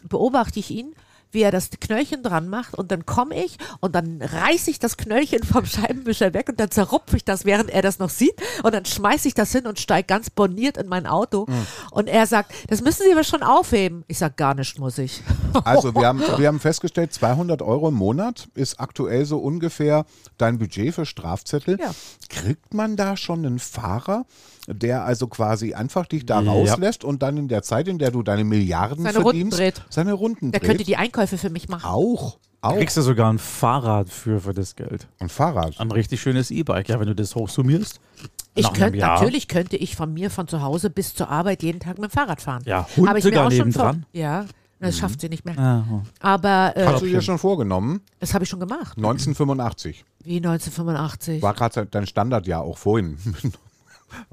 beobachte ich ihn wie er das Knöllchen dran macht und dann komme ich und dann reiße ich das Knöllchen vom Scheibenwischer weg und dann zerrupfe ich das, während er das noch sieht und dann schmeiße ich das hin und steige ganz borniert in mein Auto
Mhm.
und er sagt, das müssen Sie aber schon aufheben. Ich sag, gar nicht muss ich.
Also wir haben, wir haben festgestellt, 200 Euro im Monat ist aktuell so ungefähr dein Budget für Strafzettel.
Ja.
Kriegt man da schon einen Fahrer, der also quasi einfach dich da
Ja.
rauslässt und dann in der Zeit, in der du deine Milliarden
Seine Runden
verdienst,
dreht.
seine Runden
Der könnte
dreht?
die Einkäufe für mich machen.
Auch, auch
Kriegst du sogar ein Fahrrad für, für das Geld.
ein Fahrrad.
Ein richtig schönes E-Bike. Ja, wenn du das hochsummierst. nach
Ich
einem
könnte,
Jahr.
natürlich könnte ich von mir, von zu Hause bis zur Arbeit jeden Tag mit dem Fahrrad fahren.
Ja, Hund
Habe ich mir
sogar
auch schon vor-
nebendran.
Ja, das schafft sie nicht mehr.
Ah, oh.
Aber äh,
Hast du dir schon vorgenommen?
das habe ich schon gemacht.
1985
Wie 1985.
war gerade dein Standardjahr auch vorhin.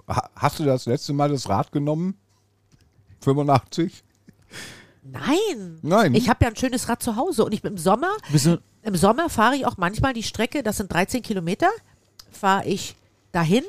Ha- Hast du das letzte Mal das Rad genommen? 85?
Nein.
Nein.
Ich habe ja ein schönes Rad zu Hause und ich bin im Sommer,
Wieso?
im Sommer fahre ich auch manchmal die Strecke, das sind 13 Kilometer, fahre ich dahin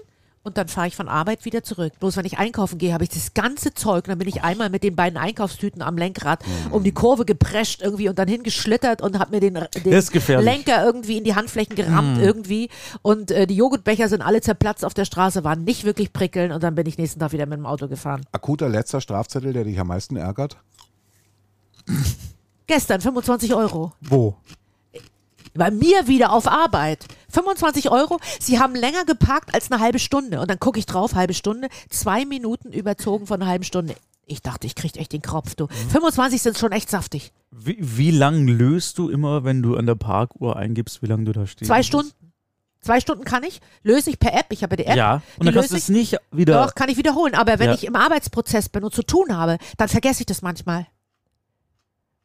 und dann fahre ich von Arbeit wieder zurück. Bloß wenn ich einkaufen gehe, habe ich das ganze Zeug und dann bin ich einmal mit den beiden Einkaufstüten am Lenkrad
Hm.
um die Kurve geprescht irgendwie und dann hingeschlittert und habe mir den,
Das ist
den
gefährlich. Hm.
Lenker irgendwie in die Handflächen gerammt irgendwie und äh, die Joghurtbecher sind alle zerplatzt auf der Straße, waren nicht wirklich prickeln und dann bin ich nächsten Tag wieder mit dem Auto gefahren.
Akuter letzter Strafzettel, der dich am meisten ärgert?
Gestern 25 Euro.
Wo?
Bei mir wieder auf Arbeit. 25 Euro. Sie haben länger geparkt als eine halbe Stunde. Und dann gucke ich drauf, halbe Stunde, zwei Minuten überzogen von einer halben Stunde. Ich dachte, ich krieg echt den Kropf, du.
Mhm.
25 sind schon echt saftig.
Wie, wie lang löst du immer, wenn du an der Parkuhr eingibst, wie lange du da stehst?
Zwei Stunden. Zwei Stunden kann ich. Löse ich per App. Ich habe die App.
Ja, und
die
dann
löse
kannst du
ich.
es nicht wieder.
Doch, kann ich wiederholen. Aber wenn
Ja.
ich im Arbeitsprozess bin und zu tun habe, dann vergesse ich das manchmal.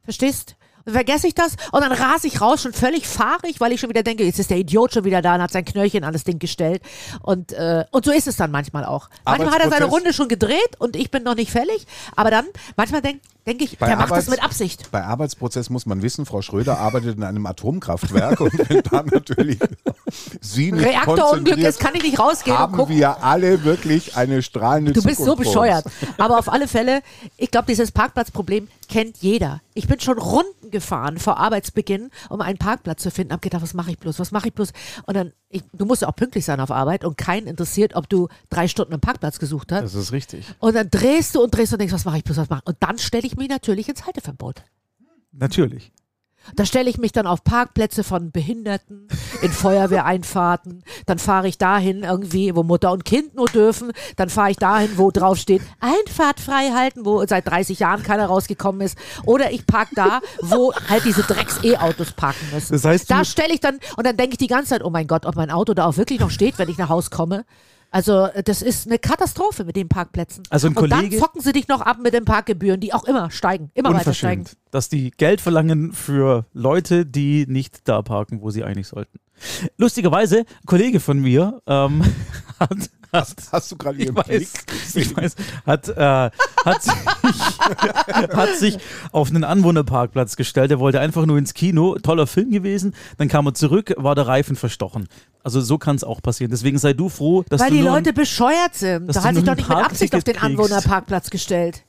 Verstehst? Dann vergesse ich das und dann rase ich raus, schon völlig fahrig, weil ich schon wieder denke, jetzt ist der Idiot schon wieder da und hat sein Knöllchen an das Ding gestellt. Und, äh, und so ist es dann manchmal auch. Manchmal hat er seine
Arbeitsprozess.
Runde schon gedreht und ich bin noch nicht fällig. Aber dann, manchmal denke denk ich,
Bei
der macht das
Arbeits-
mit Absicht.
Bei Arbeitsprozess muss man wissen, Frau Schröder arbeitet in einem Atomkraftwerk und wenn da natürlich sie nicht
Reaktorunglück
konzentriert,
ist, kann ich nicht rausgehen und
haben
gucken.
wir alle wirklich eine strahlende
Du bist so
Zukunft vor uns.
bescheuert. Aber auf alle Fälle, ich glaube, dieses Parkplatzproblem kennt jeder. Ich bin schon Runden gefahren vor Arbeitsbeginn, um einen Parkplatz zu finden. Hab gedacht, was mache ich bloß? Was mache ich bloß? Und dann, ich, du musst ja auch pünktlich sein auf Arbeit und keinen interessiert, ob du drei Stunden einen Parkplatz gesucht hast.
Das ist richtig.
Und dann drehst du und drehst und denkst, was mache ich bloß? Was mache ich? Und dann stelle ich mich natürlich ins Halteverbot.
Natürlich.
Da stelle ich mich dann auf Parkplätze von Behinderten, in Feuerwehreinfahrten. Dann fahre ich dahin irgendwie, wo Mutter und Kind nur dürfen. Dann fahre ich dahin, wo drauf steht, Einfahrt frei halten, wo seit 30 Jahren keiner rausgekommen ist. Oder ich parke da, wo halt diese Drecks-E-Autos parken müssen.
Das heißt, du-
da stelle ich dann, und dann denke ich die ganze Zeit, oh mein Gott, ob mein Auto da auch wirklich noch steht, wenn ich nach Haus komme. Also das ist eine Katastrophe mit den Parkplätzen.
Also ein
und dann
Kollege-
zocken sie dich noch ab mit den Parkgebühren, die auch immer steigen, immer weiter steigen.
Unverschämt. Dass die Geld verlangen für Leute, die nicht da parken, wo sie eigentlich sollten. Lustigerweise, ein Kollege von mir ähm, hat. hat
Hast du gerade
ich
ihren
weiß,
Blick?
ich weiß, hat, äh, hat, sich, hat sich auf einen Anwohnerparkplatz gestellt. Er wollte einfach nur ins Kino. Toller Film gewesen. Dann kam er zurück, war der Reifen verstochen. Also so kann es auch passieren. Deswegen sei du froh, dass
Weil
du
die
nur
Leute bescheuert sind.
dass
Da
du
hat
nur
sich doch
ein
nicht mit Absicht auf den
Parkticket kriegst.
Anwohnerparkplatz gestellt.
Ein,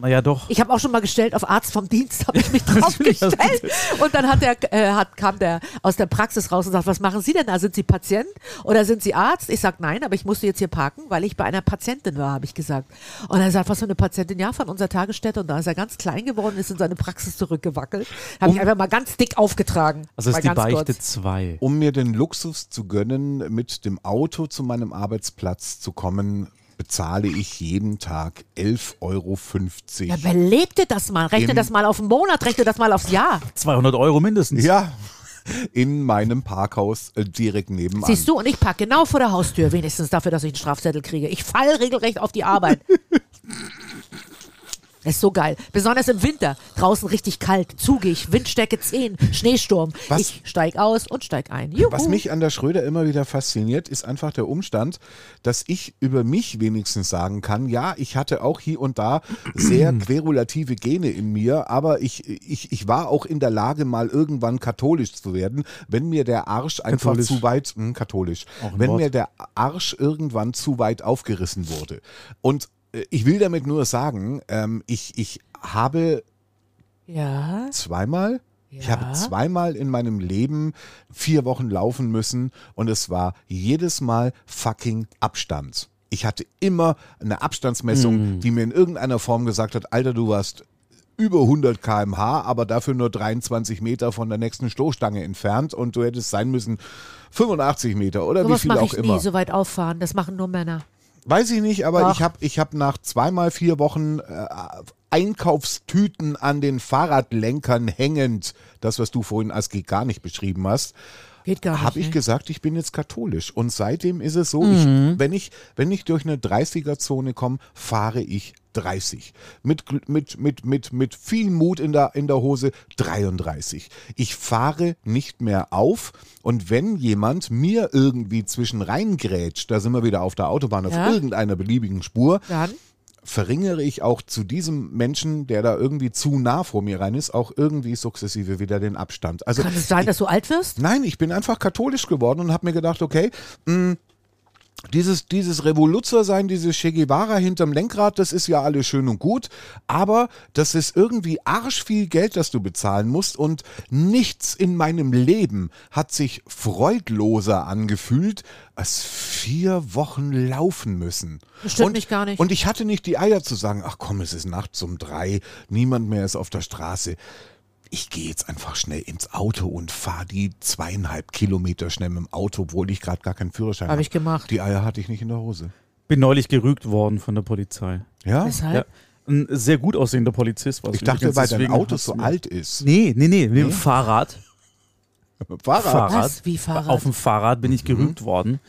naja, doch.
Ich habe auch schon mal gestellt, auf Arzt vom Dienst habe ich mich
Natürlich hast du
draufgestellt. Und dann hat der, äh, hat, kam der aus der Praxis raus und sagt, was machen Sie denn da? Sind Sie Patient oder sind Sie Arzt? Ich sag nein, aber ich musste jetzt hier parken, weil ich bei einer Patientin war, habe ich gesagt. Und er sagt, was für eine Patientin? Ja, von unserer Tagesstätte. Und da ist er ganz klein geworden, ist in seine Praxis zurückgewackelt. Habe ich einfach mal ganz dick aufgetragen.
Um- Also
mal
ist die
ganz
Beichte
kurz.
2.
Um mir den Luxus zu gönnen, mit dem Auto zu meinem Arbeitsplatz zu kommen, bezahle ich jeden Tag 11,50 Euro.
Ja, überleg dir das mal. Rechne
Im-
das mal auf den Monat, rechne das mal aufs Jahr.
200 Euro mindestens.
Ja, in meinem Parkhaus äh, direkt nebenan.
Siehst du, und ich parke genau vor der Haustür, wenigstens dafür, dass ich einen Strafzettel kriege. Ich fall regelrecht auf die Arbeit. Das ist so geil. Besonders im Winter. Draußen richtig kalt, zugig, Windstärke 10, Schneesturm.
Was-
Ich steig aus und steig ein. Juhu.
Was mich an der Schröder immer wieder fasziniert, ist einfach der Umstand, dass ich über mich wenigstens sagen kann, ja, ich hatte auch hier und da sehr querulative Gene in mir, aber ich, ich, ich war auch in der Lage, mal irgendwann katholisch zu werden, wenn mir der Arsch einfach
Katholisch.
zu weit, hm, katholisch,
Auch ein
wenn
Wort.
mir der Arsch irgendwann zu weit aufgerissen wurde. Und äh, ich will damit nur sagen, ähm, ich, ich habe
Ja.
zweimal. Ich habe
Ja.
zweimal in meinem Leben vier Wochen laufen müssen und es war jedes Mal fucking Abstand. Ich hatte immer eine
Hm.
Abstandsmessung, die mir in irgendeiner Form gesagt hat, Alter, du warst über 100 km/h, aber dafür nur 23 Meter von der nächsten Stoßstange entfernt und du hättest sein müssen 85 Meter oder
Sowas
wie viel
mache
auch
ich
immer.
nie, so weit auffahren. Das machen nur Männer.
Weiß ich nicht, aber
Doch.
ich habe ich hab nach zweimal vier Wochen äh, Einkaufstüten an den Fahrradlenkern hängend, das, was du vorhin als Gig gar nicht beschrieben hast,
Geht gar nicht.
habe ich
ne?
gesagt, ich bin jetzt katholisch. Und seitdem ist es so,
Mhm.
ich, wenn, ich, wenn ich durch eine 30er-Zone komme, fahre ich 30. Mit, Gl- mit, mit, mit, mit viel Mut in der, in der Hose 33. Ich fahre nicht mehr auf. Und wenn jemand mir irgendwie zwischen reingrätscht, da sind wir wieder auf der Autobahn, auf
Ja.
irgendeiner beliebigen Spur,
Dann?
verringere ich auch zu diesem Menschen, der da irgendwie zu nah vor mir rein ist, auch irgendwie sukzessive wieder den Abstand. Also
Kann es sein, dass du alt wirst?
Nein, ich bin einfach katholisch geworden und habe mir gedacht, okay, mh, mm, dieses, dieses Revoluzzer-Sein, dieses Che Guevara hinterm Lenkrad, das ist ja alles schön und gut, aber das ist irgendwie arsch viel Geld, das du bezahlen musst und nichts in meinem Leben hat sich freudloser angefühlt, als vier Wochen laufen müssen.
Das stimmt
und,
mich gar nicht.
Und ich hatte nicht die Eier zu sagen, ach komm, es ist nachts um drei, niemand mehr ist auf der Straße ich gehe jetzt einfach schnell ins Auto und fahre die zweieinhalb Kilometer schnell mit dem Auto, obwohl ich gerade gar keinen Führerschein
Habe
hab.
ich gemacht.
Die Eier hatte ich nicht in der Hose.
Bin neulich gerügt worden von der Polizei.
Ja?
Ja.
Weshalb?
Ein sehr gut aussehender Polizist war es
Ich dachte,
übrigens,
weil dein
deswegen
Auto
hat's
so
mir-
alt ist.
Nee, nee, nee, mit dem Fahrrad.
Fahrrad. Mhm.
Fahrrad.
Was? Wie Fahrrad?
Auf dem Fahrrad bin ich gerügt worden.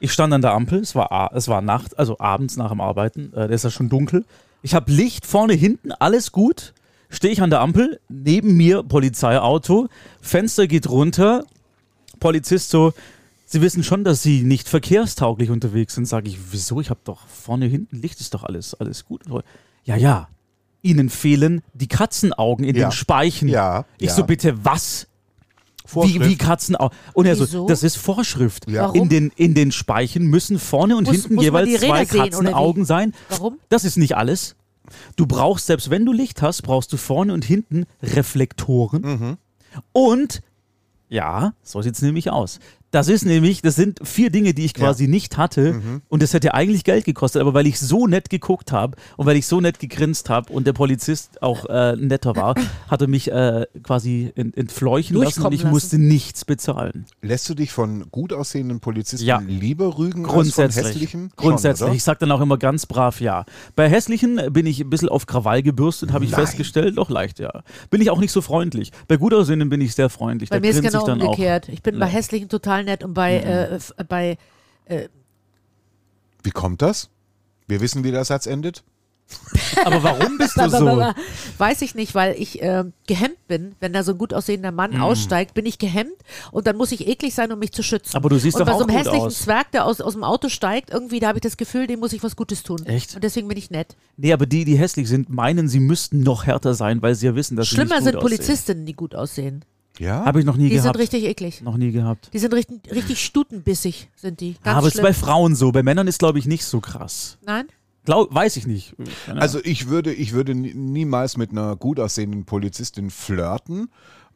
Ich stand an der Ampel, es war, a- es war Nacht, also abends nach dem Arbeiten, äh, da ist ja schon dunkel. Ich habe Licht vorne, hinten, alles gut. Stehe ich an der Ampel, neben mir Polizeiauto, Fenster geht runter, Polizist so, Sie wissen schon, dass Sie nicht verkehrstauglich unterwegs sind, sage ich, wieso? Ich habe doch vorne, hinten Licht, ist doch alles, alles gut. Ja, ja, Ihnen fehlen die Katzenaugen in
Ja.
den Speichen.
Ja,
Ich
ja.
so, bitte, was? Wie,
Vorschrift.
wie Katzenaugen. Und er so,
Wieso?
das ist Vorschrift.
Ja.
Warum?
In, den, in den Speichen müssen vorne und
Muss-
hinten
muss man die
jeweils
Räder
zwei
sehen, oder wie?
Katzenaugen sein.
Warum?
Das ist nicht alles. Du brauchst, selbst wenn du Licht hast, brauchst du vorne und hinten Reflektoren.
Mhm.
Und ja, so sieht's nämlich aus. Das ist nämlich, das sind vier Dinge, die ich quasi nicht hatte
Mhm.
und das hätte eigentlich Geld gekostet, aber weil ich so nett geguckt habe und weil ich so nett gegrinst habe und der Polizist auch äh, netter war, hat er mich äh, quasi ent entfleuchen lassen und
Durchkommen
ich
lassen.
musste nichts bezahlen.
Lässt du dich von gut aussehenden Polizisten
Ja.
lieber rügen als von
Grundsätzlich.
hässlichen?
grundsätzlich.
Schon,
ich sag dann auch immer ganz brav ja. Bei hässlichen bin ich ein bisschen auf Krawall gebürstet, habe ich
Nein.
festgestellt. Doch leicht, ja. Bin ich auch nicht so freundlich. Bei gut aussehenden bin ich sehr freundlich.
Bei
da
mir ist
grinse
genau
ich dann auch. Mhm.
umgekehrt. Ich bin bei hässlichen total nett und bei, äh, f- äh, bei
oder? Wie kommt das? Wir wissen, wie der Satz endet.
Aber warum bist du so?
Blablabla. Weiß ich nicht, weil ich ähm, gehemmt bin. Wenn da so ein gut aussehender Mann
Mhm.
aussteigt, bin ich gehemmt und dann muss ich eklig sein, um mich zu schützen.
Aber du siehst
und
doch
bei
auch
so einem
gut
hässlichen
aus.
Zwerg, der aus, aus dem Auto steigt, irgendwie, da habe ich das Gefühl, dem muss ich was Gutes tun.
Echt?
Und deswegen bin ich nett.
Nee, aber die, die hässlich sind, meinen, sie müssten noch härter sein, weil sie ja wissen, dass
Schlimmer
sie nicht
sind
gut
Polizistinnen, die gut aussehen.
Ja?
Habe ich noch nie
Die
gehabt.
sind richtig eklig.
noch nie gehabt.
Die sind richtig, richtig stutenbissig, sind die. Ganz
aber es ist
schlimm.
bei Frauen so. Bei Männern ist, glaube ich, nicht so krass.
Nein?
Glaub, weiß ich nicht. Keine
Also ich würde, ich würde nie- niemals mit einer gut aussehenden Polizistin flirten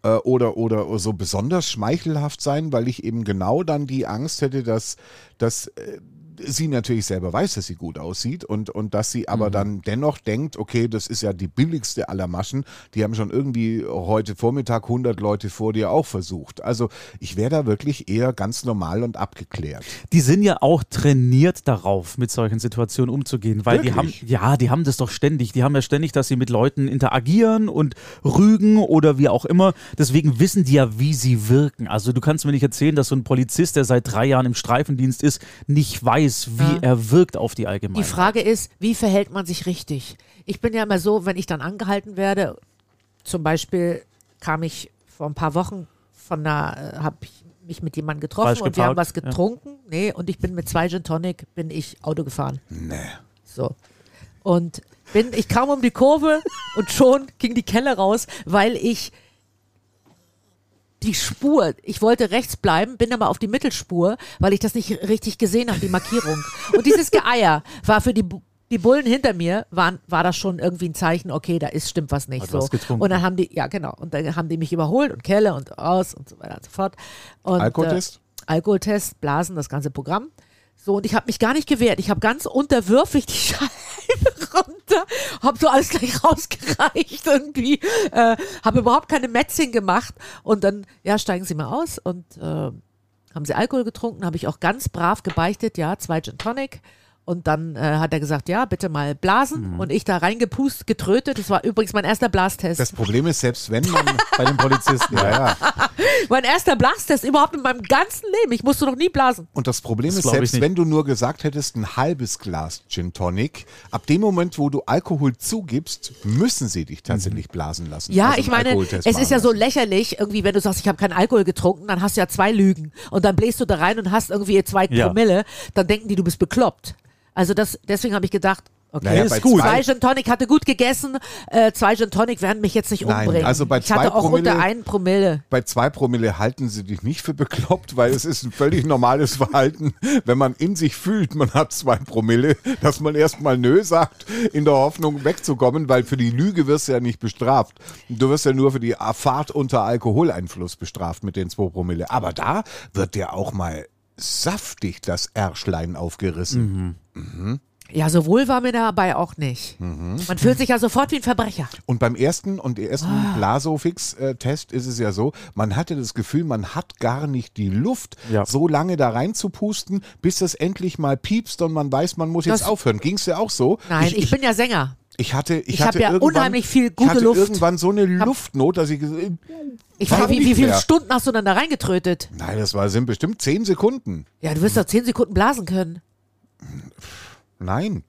äh, oder, oder so besonders schmeichelhaft sein, weil ich eben genau dann die Angst hätte, dass, dass äh, sie natürlich selber weiß, dass sie gut aussieht und, und dass sie aber dann dennoch denkt, okay, das ist ja die billigste aller Maschen, die haben schon irgendwie heute Vormittag 100 Leute vor dir auch versucht. Also ich wäre da wirklich eher ganz normal und abgeklärt.
die sind ja auch trainiert darauf, mit solchen Situationen umzugehen, weil die haben,
Wirklich?
ja, die haben das doch ständig. Die haben ja ständig, dass sie mit Leuten interagieren und rügen oder wie auch immer. Deswegen wissen die ja, wie sie wirken. Also du kannst mir nicht erzählen, dass so ein Polizist, der seit drei Jahren im Streifendienst ist, nicht weiß, wie
Ja.
er wirkt auf die
Die
Allgemeinheit.
Frage ist, wie verhält man sich richtig? Ich bin ja immer so, wenn ich dann angehalten werde, zum Beispiel kam ich vor ein paar Wochen von einer, habe ich mich mit jemandem getroffen
Falsch
und wir haben
geparkt,
was getrunken. Nee, und ich bin mit zwei Gin Tonic, bin ich Auto gefahren.
Nee.
So. Und bin, ich kam um die Kurve und schon ging die Kelle raus, weil ich die Spur, ich wollte rechts bleiben, bin aber auf die Mittelspur, weil ich das nicht richtig gesehen habe, die Markierung. Und dieses Geeier war für die, Bu- die Bullen hinter mir, waren, war das schon irgendwie ein Zeichen, okay, da ist, stimmt was nicht.
Hat
so.
was getrunken.
Und dann haben die, ja genau, und dann haben die mich überholt und Kelle und aus und so weiter und so fort. Und,
Alkotest?
Äh, Alkoholtest, Blasen, das ganze Programm. So, und ich habe mich gar nicht gewehrt. Ich habe ganz unterwürfig die Scheibe runter, habe so alles gleich rausgereicht irgendwie, äh, habe überhaupt keine Mätzchen gemacht. Und dann, ja, steigen sie mal aus und äh, haben sie Alkohol getrunken, habe ich auch ganz brav gebeichtet, ja, zwei Gin Tonic. Und dann äh, hat er gesagt, ja, bitte mal blasen. Und ich da reingepust, getrötet. Das war übrigens mein erster Blastest.
Das Problem ist, selbst wenn man bei den Polizisten, ja, ja.
mein erster Blastest überhaupt in meinem ganzen Leben. Ich musste noch nie blasen.
Und das Problem
Das
ist,
glaub ich
selbst
nicht.
wenn du nur gesagt hättest, ein halbes Glas Gin Tonic, ab dem Moment, wo du Alkohol zugibst, müssen sie dich tatsächlich blasen lassen.
Ja,
Also
ich
einen
meine,
Alkoholtest
es
machen
ist ja so
lassen.
lächerlich, irgendwie, wenn du sagst, ich habe keinen Alkohol getrunken, dann hast du ja zwei Lügen. Und dann bläst du da rein und hast irgendwie zwei
Ja.
Promille, dann denken die, du bist bekloppt. Also das, deswegen habe ich gedacht, Okay.
Naja,
ist
bei
gut.
Zwei
zwei-
Gin Tonic hatte gut gegessen. Äh, zwei Gin Tonic werden mich jetzt nicht
Nein,
umbringen.
also bei
ich hatte
zwei
auch unter
Promille-
einen Promille.
Bei zwei Promille halten sie dich nicht für bekloppt, weil es ist ein völlig normales Verhalten, wenn man in sich fühlt, man hat zwei Promille, dass man erstmal Nö sagt, in der Hoffnung wegzukommen, weil für die Lüge wirst du ja nicht bestraft. Du wirst ja nur für die Fahrt unter Alkoholeinfluss bestraft mit den zwei Promille. Aber da wird dir auch mal saftig das Ärschlein aufgerissen.
Ja, so wohl war mir dabei auch nicht.
Mhm.
Man fühlt sich ja sofort wie ein Verbrecher.
Und beim ersten und der ersten
Ah.
Blasofix-Test ist es ja so, man hatte das Gefühl, man hat gar nicht die Luft,
Ja.
so lange da reinzupusten, bis es endlich mal piepst und man weiß, man muss jetzt
Das-
aufhören. Ging es ja auch so?
Nein, ich, bin ja Sänger.
ich hatte, ich,
ich hab
hatte
ja
irgendwann,
unheimlich viel
ich
gute
hatte
Luft.
irgendwann so eine Luftnot, dass ich, ges-
Ich
Warum
frage, wie,
nicht
wie viele
mehr?
Stunden hast du denn da reingetrötet?
nein, das war, sind bestimmt zehn Sekunden.
Ja, du wirst doch zehn Sekunden blasen können.
Nein,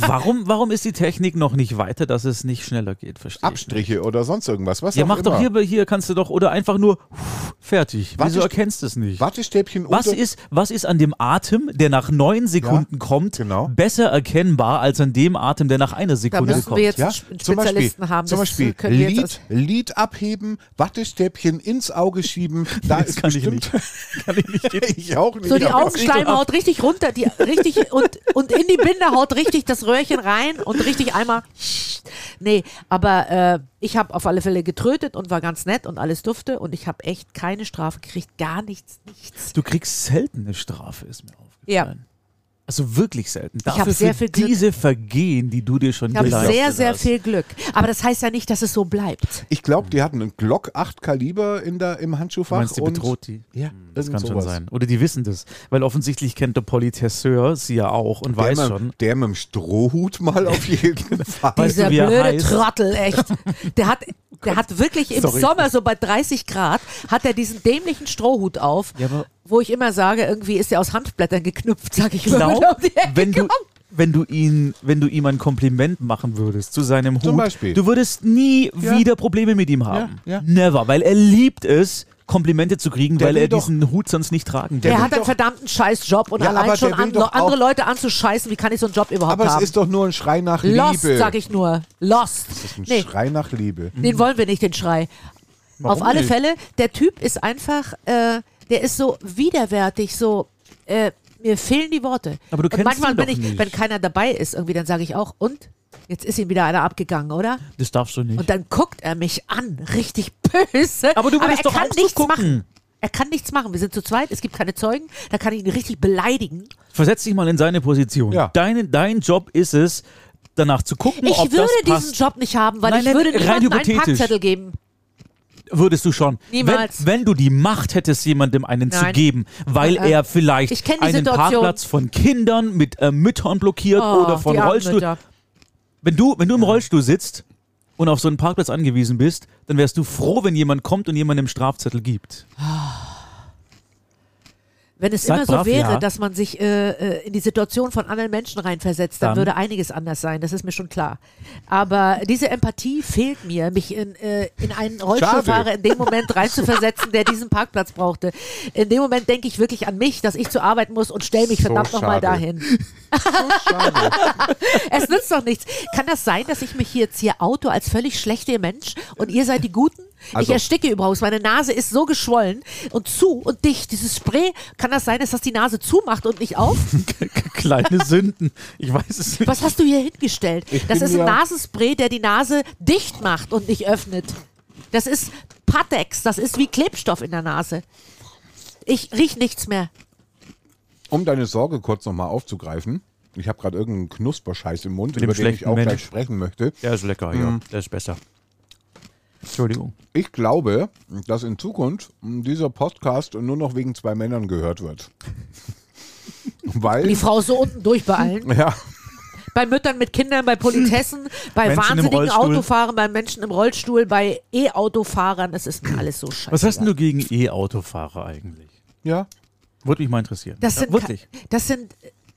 Warum, warum ist die Technik noch nicht weiter, dass es nicht schneller geht? Verstehe ich nicht.
Abstriche oder sonst irgendwas. Was
Ja,
auch
mach doch
immer.
hier, bei- hier kannst du doch, oder einfach nur pff, fertig.
Was
Wieso
ist-
erkennst du es nicht?
Wattestäbchen
Was
unter,
ist, was ist an dem Atem, der nach neun Sekunden kommt,
genau.
besser erkennbar als an dem Atem, der nach einer
Da
Sekunde
müssen
kommt?
wir jetzt
ja,
einen Sp-
zum Beispiel,
Spezialisten haben.
zum
Das
Beispiel
können wir jetzt
Lied,
als-
Lied abheben, Wattestäbchen ins Auge schieben. Da
Das
ist
kann ich
bestimmt,
Kann ich nicht gehen.
Ich auch nicht.
So die
aber-
Augenschleimhaut richtig runter, die richtig und, und in die Bindehaut richtig das Röhrchen rein und richtig einmal. Nee, aber äh, ich habe auf alle Fälle getrötet und war ganz nett und alles dufte und ich habe echt keine Strafe gekriegt, gar nichts, nichts.
Du kriegst selten eine Strafe, ist mir
Ja.
aufgefallen. Also wirklich selten.
hab
Dafür
sehr
für
viel Glück.
diese Vergehen, die du dir schon
Ich habe
geleistet
sehr, sehr
hast.
viel Glück. Aber das heißt ja nicht, dass es so bleibt.
Ich glaube, die hatten einen Glock 8 Kaliber in der, im
Du
Handschuhfach.
meinst, die
und
bedroht die?
Ja,
Das
irgend
kann schon
sowas.
sein. Oder die wissen das. Weil offensichtlich kennt der Politesseur sie ja auch und weiß
der,
schon. Genau.
Mit, der mit dem Strohhut mal auf jeden Fall.
Weißt du,
Dieser
wie er
blöde
heißt?
Trottel, echt. Der hat, der hat wirklich im
Sorry.
Sommer so bei 30 Grad, hat er diesen dämlichen Strohhut auf,
Ja, aber-
wo ich immer sage, irgendwie ist er aus Hanfblättern geknüpft, sag ich immer. wenn
Genau,
er um die Ecke
wenn du,
kommt.
wenn du ihn, wenn du ihm ein Kompliment machen würdest zu seinem Hut,
Zum Beispiel.
du würdest nie
Ja.
wieder Probleme mit ihm haben.
Ja, ja.
Never, weil er liebt es, Komplimente zu kriegen,
Der
weil
will
er
doch-
diesen Hut sonst nicht tragen
Der
will.
Er
will
hat einen
doch-
verdammten Scheißjob und
Ja, aber
allein schon
der will
an,
doch
andere
auch-
Leute anzuscheißen, wie kann ich so einen Job überhaupt
Aber es
haben?
ist doch nur ein Schrei nach
Lost,
Liebe.
sag ich nur. Lost.
Ein
Nee,
Schrei nach Liebe.
den wollen wir nicht, den Schrei. Auf alle Fälle, der Typ ist einfach, äh, der ist so widerwärtig, so, äh, mir fehlen die Worte.
Aber du
und
kennst
manchmal
ihn
bin
doch
ich,
nicht.
wenn keiner dabei ist, irgendwie, dann sage ich auch, und? Jetzt ist ihm wieder einer abgegangen, oder?
Das darfst du nicht.
Und dann guckt er mich an, richtig böse.
Aber du
aber
würdest
er
doch
kann
auch so
nichts
gucken.
machen. Er kann nichts machen. Wir sind zu zweit, es gibt keine Zeugen. Da kann ich ihn richtig beleidigen.
Versetz dich mal in seine Position.
Ja.
Deine, dein Job ist es, danach zu gucken,
Ich
ob
würde
das passt.
diesen Job nicht haben, weil
Nein,
ich
nein,
würde
rein
niemandem einen
hypothetisch.
Parkzettel geben.
Würdest du schon.
Niemals.
Wenn, wenn du die Macht hättest, jemandem einen zu
Nein.
geben, weil
Äh,
er vielleicht
ich kenn die
einen
Situation.
Parkplatz von Kindern mit äh, Müttern blockiert
Oh,
oder von
die armen
Rollstuhl.
Mütter.
Wenn du, wenn du im Rollstuhl sitzt und auf so einen Parkplatz angewiesen bist, dann wärst du froh, wenn jemand kommt und jemandem Strafzettel gibt.
Wenn es
Seid
immer so
brav,
wäre,
ja.
dass man sich äh, äh, in die Situation von anderen Menschen reinversetzt, dann,
Dann?
würde einiges anders sein, das ist mir schon klar. Aber diese Empathie fehlt mir, mich in, äh, in einen Rollstuhlfahrer in dem Moment reinzuversetzen, der diesen Parkplatz brauchte. In dem Moment denke ich wirklich an mich, dass ich zur Arbeit muss und stelle mich
So
verdammt nochmal
schade.
dahin.
Schade.
Es nützt doch nichts. Kann das sein, dass ich mich hier jetzt hier auto als völlig schlechter Mensch und ihr seid die Guten? ich
Also-
ersticke übrigens. Meine Nase ist so geschwollen und zu und dicht. Dieses Spray, kann das sein, dass das die Nase zumacht und nicht auf?
Kleine Sünden. Ich weiß es nicht.
Was hast du hier hingestellt?
Ich
Das
bin
ist ein
ja-
Nasenspray, der die Nase dicht macht und nicht öffnet. Das ist Patex. Das ist wie Klebstoff in der Nase. Ich riech nichts mehr.
Um deine Sorge kurz nochmal aufzugreifen. Ich habe gerade irgendeinen Knusperscheiß im Mund,
dem
über den ich
schlechten
auch
Mensch.
gleich sprechen möchte.
Der ist lecker, ja. Der ist besser. Mhm. Entschuldigung.
Ich glaube, dass in Zukunft mh, dieser Podcast nur noch wegen zwei Männern gehört wird. Weil.
Die Frau ist so unten durch bei allen.
ja.
Bei Müttern mit Kindern, bei Politessen, bei
Menschen im
wahnsinnigen
Rollstuhl.
Autofahrern, bei Menschen im Rollstuhl, bei E-Autofahrern. Es ist mir alles so scheiße.
Was hast denn du gegen E-Autofahrer eigentlich?
Ja.
Würde mich mal interessieren.
Das
Ja,
sind,
wirklich.
das sind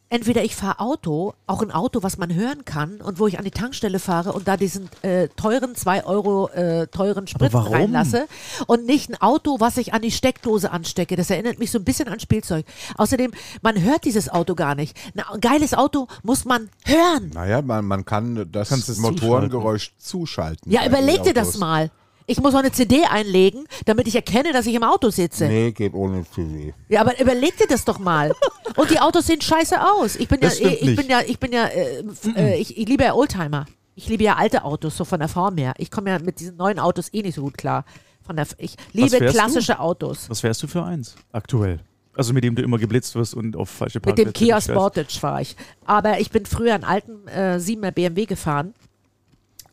entweder ich fahre Auto, auch ein Auto, was man hören kann und wo ich an die Tankstelle fahre und da diesen äh, teuren 2 Euro äh, teuren Sprit
warum?
reinlasse und nicht ein Auto, was ich an die Steckdose anstecke. Das erinnert mich so ein bisschen an Spielzeug. Außerdem, man hört dieses Auto gar nicht. Na, ein geiles Auto muss man hören.
Naja, man, man kann das
Kannst es
Motorengeräusch zuschalten.
Ja,
bei
überleg dir das
Autos.
mal. Ich muss auch eine CD einlegen, damit ich erkenne, dass ich im Auto sitze.
Nee, geht ohne TV.
Ja, aber überleg dir das doch mal. Und die Autos sehen scheiße aus. Ich bin ja,
Das stimmt
ich, ich bin
nicht.
ja, ich bin ja, äh, f- äh, ich, ich liebe ja Oldtimer. Ich liebe ja alte Autos, so von der Form her. Ich komme ja mit diesen neuen Autos eh nicht so gut klar. Von der, F- ich liebe
fährst du?
klassische Autos.
Was wärst du für eins aktuell? Also mit dem du immer geblitzt wirst und auf falsche
Mit dem
Parkplätze
Kia
gestellt.
Sportage fahre ich. Aber ich bin früher einen alten äh, 7er BMW gefahren.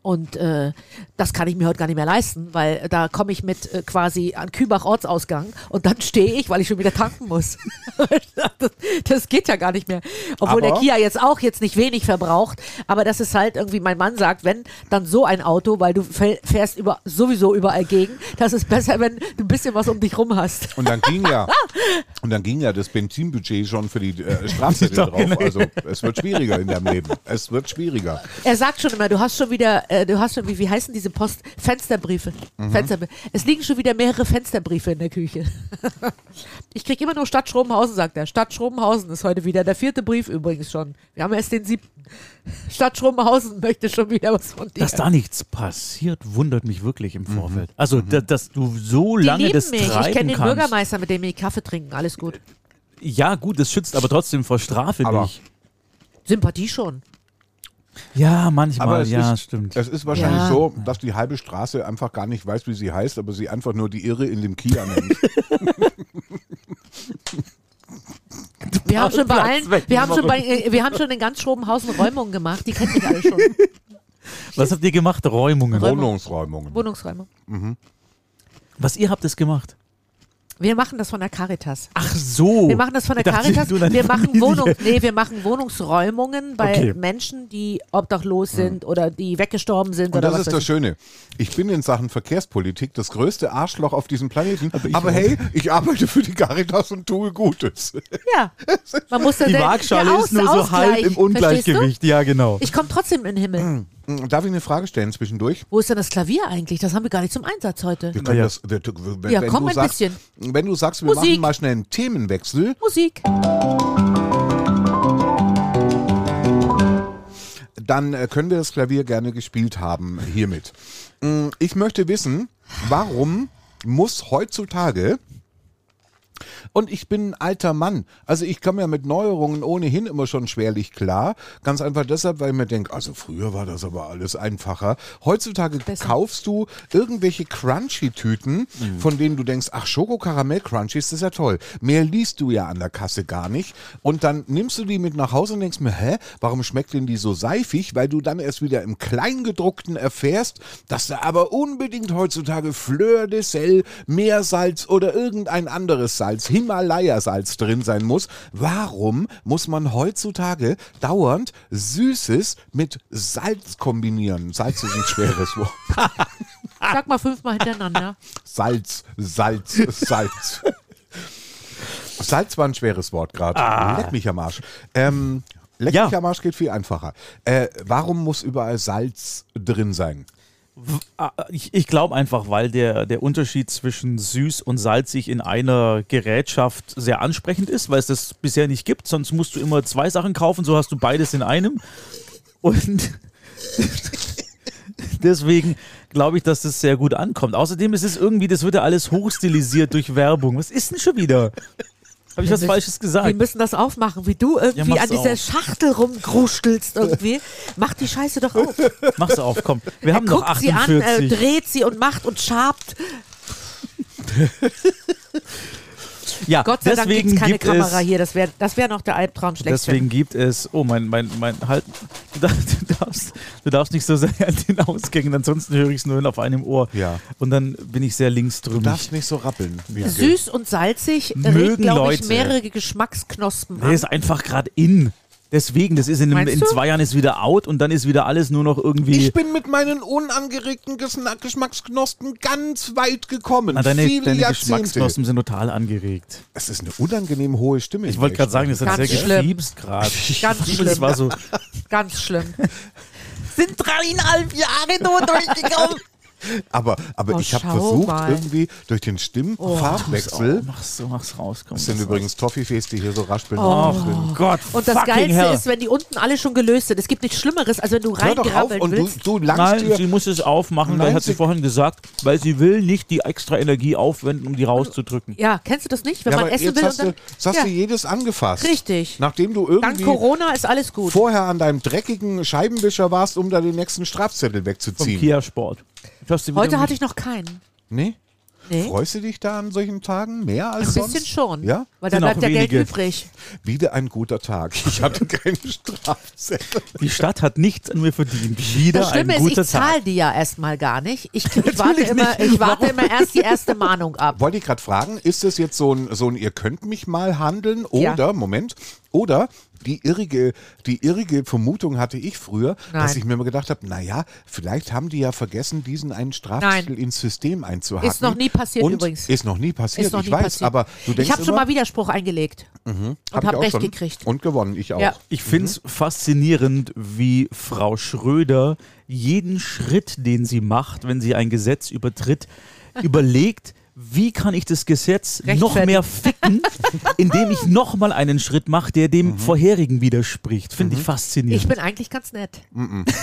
Und äh, das kann ich mir heute gar nicht mehr leisten, weil da komme ich mit äh, quasi an Kübach Ortsausgang und dann stehe ich, weil ich schon wieder tanken muss. das, das geht ja gar nicht mehr. Obwohl der
Aber-
Kia jetzt auch jetzt nicht wenig verbraucht. Aber das ist halt irgendwie, mein Mann sagt, wenn, dann so ein Auto, weil du fäll- fährst über, sowieso überall gegen. Das ist besser, wenn du ein bisschen was um dich rum hast.
Und dann ging ja,
Ah.
und dann ging ja das Benzinbudget schon für die äh, Strafzettel
Doch,
drauf.
genau.
Also es wird schwieriger in deinem Leben. Es wird schwieriger.
Er sagt schon immer, du hast schon wieder, äh, du hast schon, wie, wie heißen diese Post? Fensterbriefe.
Mhm.
Fensterbriefe. Es liegen schon wieder mehrere Fensterbriefe in der Küche. ich krieg immer nur Stadt Schrobenhausen, sagt er. Stadt Schrobenhausen ist heute wieder der vierte Brief übrigens schon. Wir haben erst den siebten. Stadt Schrobenhausen möchte schon wieder was von dir.
Dass da nichts passiert, wundert mich wirklich im Vorfeld. Also, da, dass du so
die
lange
lieben
das
mich.
treiben
Ich kenne den
kannst.
Bürgermeister, mit dem ich Kaffee trinken. Alles gut.
Ja, gut, das schützt aber trotzdem vor Strafe
Aber-
nicht.
Sympathie schon.
Ja, manchmal,
Aber es
ja,
ist,
stimmt.
Es ist wahrscheinlich
Ja.
so, dass die halbe Straße einfach gar nicht weiß, wie sie heißt, aber sie einfach nur die Irre in dem Kia nennt.
Wir haben schon bei
Parkplatz
allen,
weg,
wir haben schon
warum?
bei, äh, wir haben schon in ganz Schrobenhausen Räumungen gemacht. Die kennen mich alle schon.
Was habt ihr gemacht? Räumungen.
Räum-
Wohnungsräumungen.
Wohnungsräumung.
Was ihr habt es gemacht?
Wir machen das von der Caritas.
Ach so.
Wir machen das von der
Oh, Ich dachte,
Caritas.
du und deine
Wir machen,
Familie.
Wohnung, nee, wir machen Wohnungsräumungen bei
Okay. Hm.
Menschen, die obdachlos sind oder die weggestorben sind.
Und
oder
das
was
ist
weiß
das
ich.
Schöne. Ich bin in Sachen Verkehrspolitik das größte Arschloch auf diesem Planeten. Aber,
ich auch.
hey, ich arbeite für die Caritas und tue Gutes.
Ja, man muss da
Die
der-
Waagschale
der
ist nur
Aus-
so halb
Ausgleich,
im Ungleichgewicht. Hm.
verstehst
Ja, genau.
du? Ich komme trotzdem in den Himmel.
Hm, Darf ich eine Frage stellen zwischendurch?
Wo ist denn das Klavier eigentlich? Das haben wir gar nicht zum Einsatz heute.
Wir können
Ja.
das, wir, wenn,
Ja,
wenn
komm
du
ein
sagst,
bisschen.
Wenn du sagst, wir
Musik.
machen mal schnell einen Themenwechsel,
Musik.
dann äh, können wir das Klavier gerne gespielt haben hiermit. Mm, Ich möchte wissen, warum muss heutzutage und ich bin ein alter Mann. Also ich komme ja mit Neuerungen ohnehin immer schon schwerlich klar. Ganz einfach deshalb, weil ich mir denke, also früher war das aber alles einfacher. Heutzutage
Besser.
kaufst du irgendwelche Crunchy-Tüten, von denen du denkst, ach, Schoko-Karamell-Crunchies, das ist ja toll. Mehr liest du ja an der Kasse gar nicht. Und dann nimmst du die mit nach Hause und denkst mir, hä, warum schmeckt denn die so seifig? Weil du dann erst wieder im Kleingedruckten erfährst, dass da aber unbedingt heutzutage Fleur de Sel, Meersalz oder irgendein anderes Salz, Himalaya-Salz drin sein muss. Warum muss man heutzutage dauernd Süßes mit Salz kombinieren? Salz ist ein schweres Wort.
Ah.
Sag mal fünfmal hintereinander.
Salz, Salz, Salz. Salz war ein schweres Wort gerade. Leck mich am Arsch. Ähm, leck
Ah. Ja.
mich am Arsch geht viel einfacher. Äh, warum muss überall Salz drin sein?
Ah, Ich, ich glaube einfach, weil der, der Unterschied zwischen süß und salzig in einer Gerätschaft sehr ansprechend ist, weil es das bisher nicht gibt. Sonst musst du immer zwei Sachen kaufen, so hast du beides in einem. Und deswegen glaube ich, dass das sehr gut ankommt. Außerdem ist es irgendwie, das wird ja alles hochstilisiert durch Werbung. Was ist denn schon wieder? Habe ich was Falsches
Wir
gesagt?
müssen das aufmachen, wie du irgendwie
mach's
an dieser
auf.
Schachtel rumgruschelst irgendwie. Mach die Scheiße doch auf.
Mach's auf, komm. Wir haben noch
Guckt sie an, äh,
48.
dreht sie und macht und schabt.
ja,
Gott sei Dank
deswegen
gibt's keine
gibt
Kamera
es,
hier. Das wäre das wär noch der Albtraum schlechthin.
Deswegen gibt es. Oh, mein, mein, mein, halt. Du darfst, du darfst, du darfst nicht so sehr an den Ausgängen, ansonsten höre ich es nur auf einem Ohr.
Ja.
Und dann bin ich sehr
Du
linksdrümmig.
darfst nicht so rappeln.
Süß und salzig regt,
Mögen
glaube ich,
Leute.
mehrere Geschmacksknospen
Der
an.
ist einfach gerade in. Deswegen, das ist in, einem,
Meinst
in
du?
zwei Jahren ist wieder out und dann ist wieder alles nur noch irgendwie.
Ich bin mit meinen unangeregten Gesna- Geschmacksknospen ganz weit gekommen.
Na, deine
Viele
deine
Jahrzehnte.
Geschmacksknospen sind total angeregt.
Es ist eine unangenehm hohe Stimme.
Ich wollte gerade sagen, das hat
Ganz
sehr
schlimm.
gefiebst gerade.
Ganz
Das
schlimm.
war so.
Ganz schlimm. Sind dreieinhalb Jahre nur durchgekommen.
aber aber
Oh,
ich habe
schau
versucht,
mal.
irgendwie durch den
Oh,
Stimmfarbwechsel.
Mach's, mach's raus, komm.
Das sind
mach's
übrigens Toffifees, die hier so raspeln.
raus. Oh Gott,
Und das
fucking
Geilste
hell.
ist, wenn die unten alle schon gelöst sind. Es gibt nichts Schlimmeres, als wenn du
Hör doch auf
reingerammelt
und du,
willst.
du langst
Nein,
dir
sie muss es aufmachen,
Nein,
weil hat sie
sie-
vorhin gesagt, weil sie will nicht die extra Energie aufwenden, um die rauszudrücken.
Ja, kennst du das nicht? Wenn
Ja,
man
aber
essen
jetzt
will und
hast
dann.
du, jetzt hast
ja.
du jedes angefasst.
Richtig.
Nachdem du
Dank
irgendwie
Corona ist alles gut.
vorher an deinem dreckigen Scheibenwischer warst, um da den nächsten Strafzettel
Vom
wegzuziehen.
Kia Sport. Jetzt hast du wieder
Heute
mich-
hatte ich noch keinen.
Nee?
Nee.
Freust du dich da an solchen Tagen mehr als
Ein
sonst?
bisschen schon.
Ja?
Weil da
Sind auch
bleibt ja Geld
wenige.
übrig.
Wieder ein guter Tag. Ich hatte keinen Strafzettel.
Die Stadt hat nichts an mir verdient. Wieder
Das Schlimme
ein
ist,
guter
ich
Tag.
zahle die ja erstmal gar nicht. Ich, ich warte,
Natürlich
immer,
nicht.
ich warte immer erst die erste Mahnung ab.
Wollte ich gerade fragen, ist es jetzt so ein, so ein, ihr könnt mich mal handeln oder,
Ja.
Moment, oder die irrige, die irrige Vermutung hatte ich früher, dass
Nein.
ich mir immer gedacht habe, naja, vielleicht haben die ja vergessen, diesen einen Strafzettel
Nein.
ins System einzuhacken.
Ist noch nie passiert
und
übrigens.
Ist noch nie passiert,
Ist noch
ich
nie
weiß,
passiert.
aber du denkst
ich habe schon
immer, Mhm.
mal Widerspruch eingelegt und
ich
habe
auch
recht
schon.
gekriegt.
Und gewonnen, ich auch.
Ja.
Ich finde es faszinierend, wie Frau Schröder jeden Schritt, den sie macht, wenn sie ein Gesetz übertritt, überlegt, wie kann ich das Gesetz noch
Rechtfertigen.
mehr ficken, indem ich nochmal einen Schritt mache, der dem vorherigen widerspricht. Finde ich faszinierend.
Ich bin eigentlich ganz nett. Doch,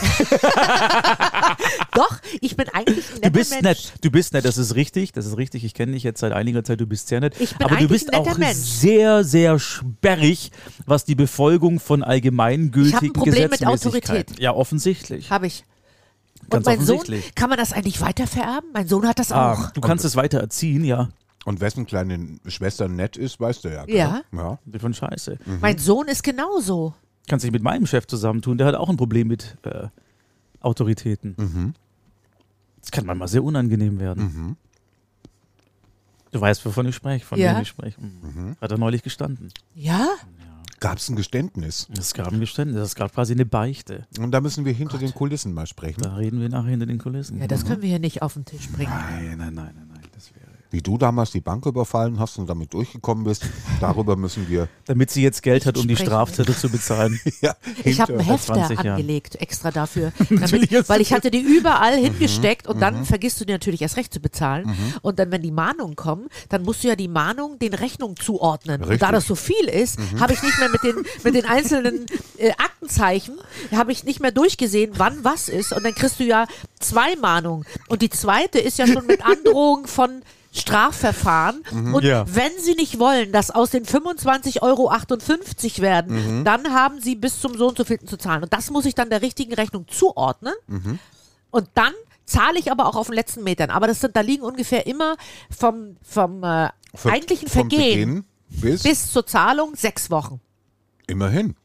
ich bin eigentlich ein netter
du bist
Mensch.
nett, du bist nett, das ist richtig, das ist richtig. Ich kenne dich jetzt seit einiger Zeit, du bist sehr nett.
Ich bin
aber du
eigentlich
bist
ein netter
auch
Mensch.
sehr, sehr sperrig, was die Befolgung von allgemeingültigen
Ich hab ein Problem mit
Gesetzmäßigkeiten-
Autorität.
Ja, offensichtlich.
Habe ich. Und
Ganz
mein Sohn,
offensichtlich.
kann man das eigentlich weitervererben? Mein Sohn hat das
Ah,
auch.
du kannst es weiter erziehen, ja.
Und wessen kleine Schwester nett ist, weißt du ja.
Ja.
genau. ja.
Wie von Scheiße.
mhm.
Mein Sohn ist genauso.
Kannst dich mit meinem Chef zusammentun, der hat auch ein Problem mit äh, Autoritäten. Das kann manchmal sehr unangenehm werden. Du weißt, wovon ich spreche, von
Ja.
wem ich spreche. Hat er neulich gestanden.
Ja?
Gab es ein Geständnis?
Es gab ein Geständnis, es gab quasi eine Beichte.
Und da müssen wir hinter den Kulissen mal sprechen.
Da reden wir nachher hinter den Kulissen.
Ja,
Mhm.
das können wir hier nicht auf den Tisch bringen.
Nein, nein, nein, nein, nein. Das wäre.
Wie du damals die Bank überfallen hast und damit durchgekommen bist, darüber müssen wir
Damit sie jetzt Geld hat, um die
Sprechen.
Strafzettel zu bezahlen.
ja,
Ich habe einen
seit
Hefter
20 Jahren.
angelegt, extra dafür.
Natürlich
Damit,
hast du Mhm.
weil ich hatte die überall hingesteckt und dann vergisst du die natürlich erst recht zu bezahlen. Und dann, wenn die Mahnungen kommen, dann musst du ja die Mahnung den Rechnungen zuordnen. Und
Richtig.
da das so viel ist,
Mhm.
habe ich nicht mehr mit den, mit den einzelnen äh, Aktenzeichen, habe ich nicht mehr durchgesehen, wann was ist. Und dann kriegst du ja zwei Mahnungen. Und die zweite ist ja schon mit Androhung von Strafverfahren.
Mhm.
Und
Ja.
wenn Sie nicht wollen, dass aus den 25,58 Euro werden,
Mhm.
dann haben Sie bis zum so und so vielten zu zahlen. Und das muss ich dann der richtigen Rechnung zuordnen.
Mhm.
Und dann zahle ich aber auch auf den letzten Metern. Aber das sind, da liegen ungefähr immer vom, vom äh,
Ver-
eigentlichen
vom
Vergehen
Beginn bis,
bis zur Zahlung sechs Wochen.
immerhin.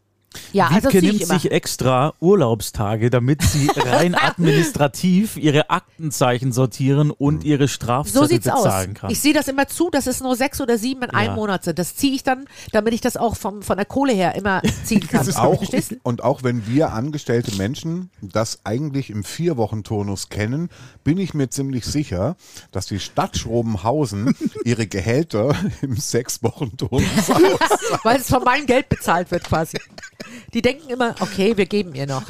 Ja, also
Wiebke
das sehe ich
nimmt
immer.
sich extra Urlaubstage, damit sie rein administrativ ihre Aktenzeichen sortieren und ihre
So
Strafzettel
sieht's aus.
bezahlen kann.
Ich sehe das immer zu, dass es nur sechs oder sieben in einem Monat sind. Das ziehe ich dann, damit ich das auch vom, von der Kohle her immer ziehen kann.
Und auch,
Verstehst du?
und auch wenn wir angestellte Menschen das eigentlich im Vier-Wochen-Turnus kennen, bin ich mir ziemlich sicher, dass die Stadt Schrobenhausen ihre Gehälter im Sechs-Wochen-Turnus auszahlt.
Weil es von meinem Geld bezahlt wird quasi. Die denken immer, okay, wir geben ihr noch.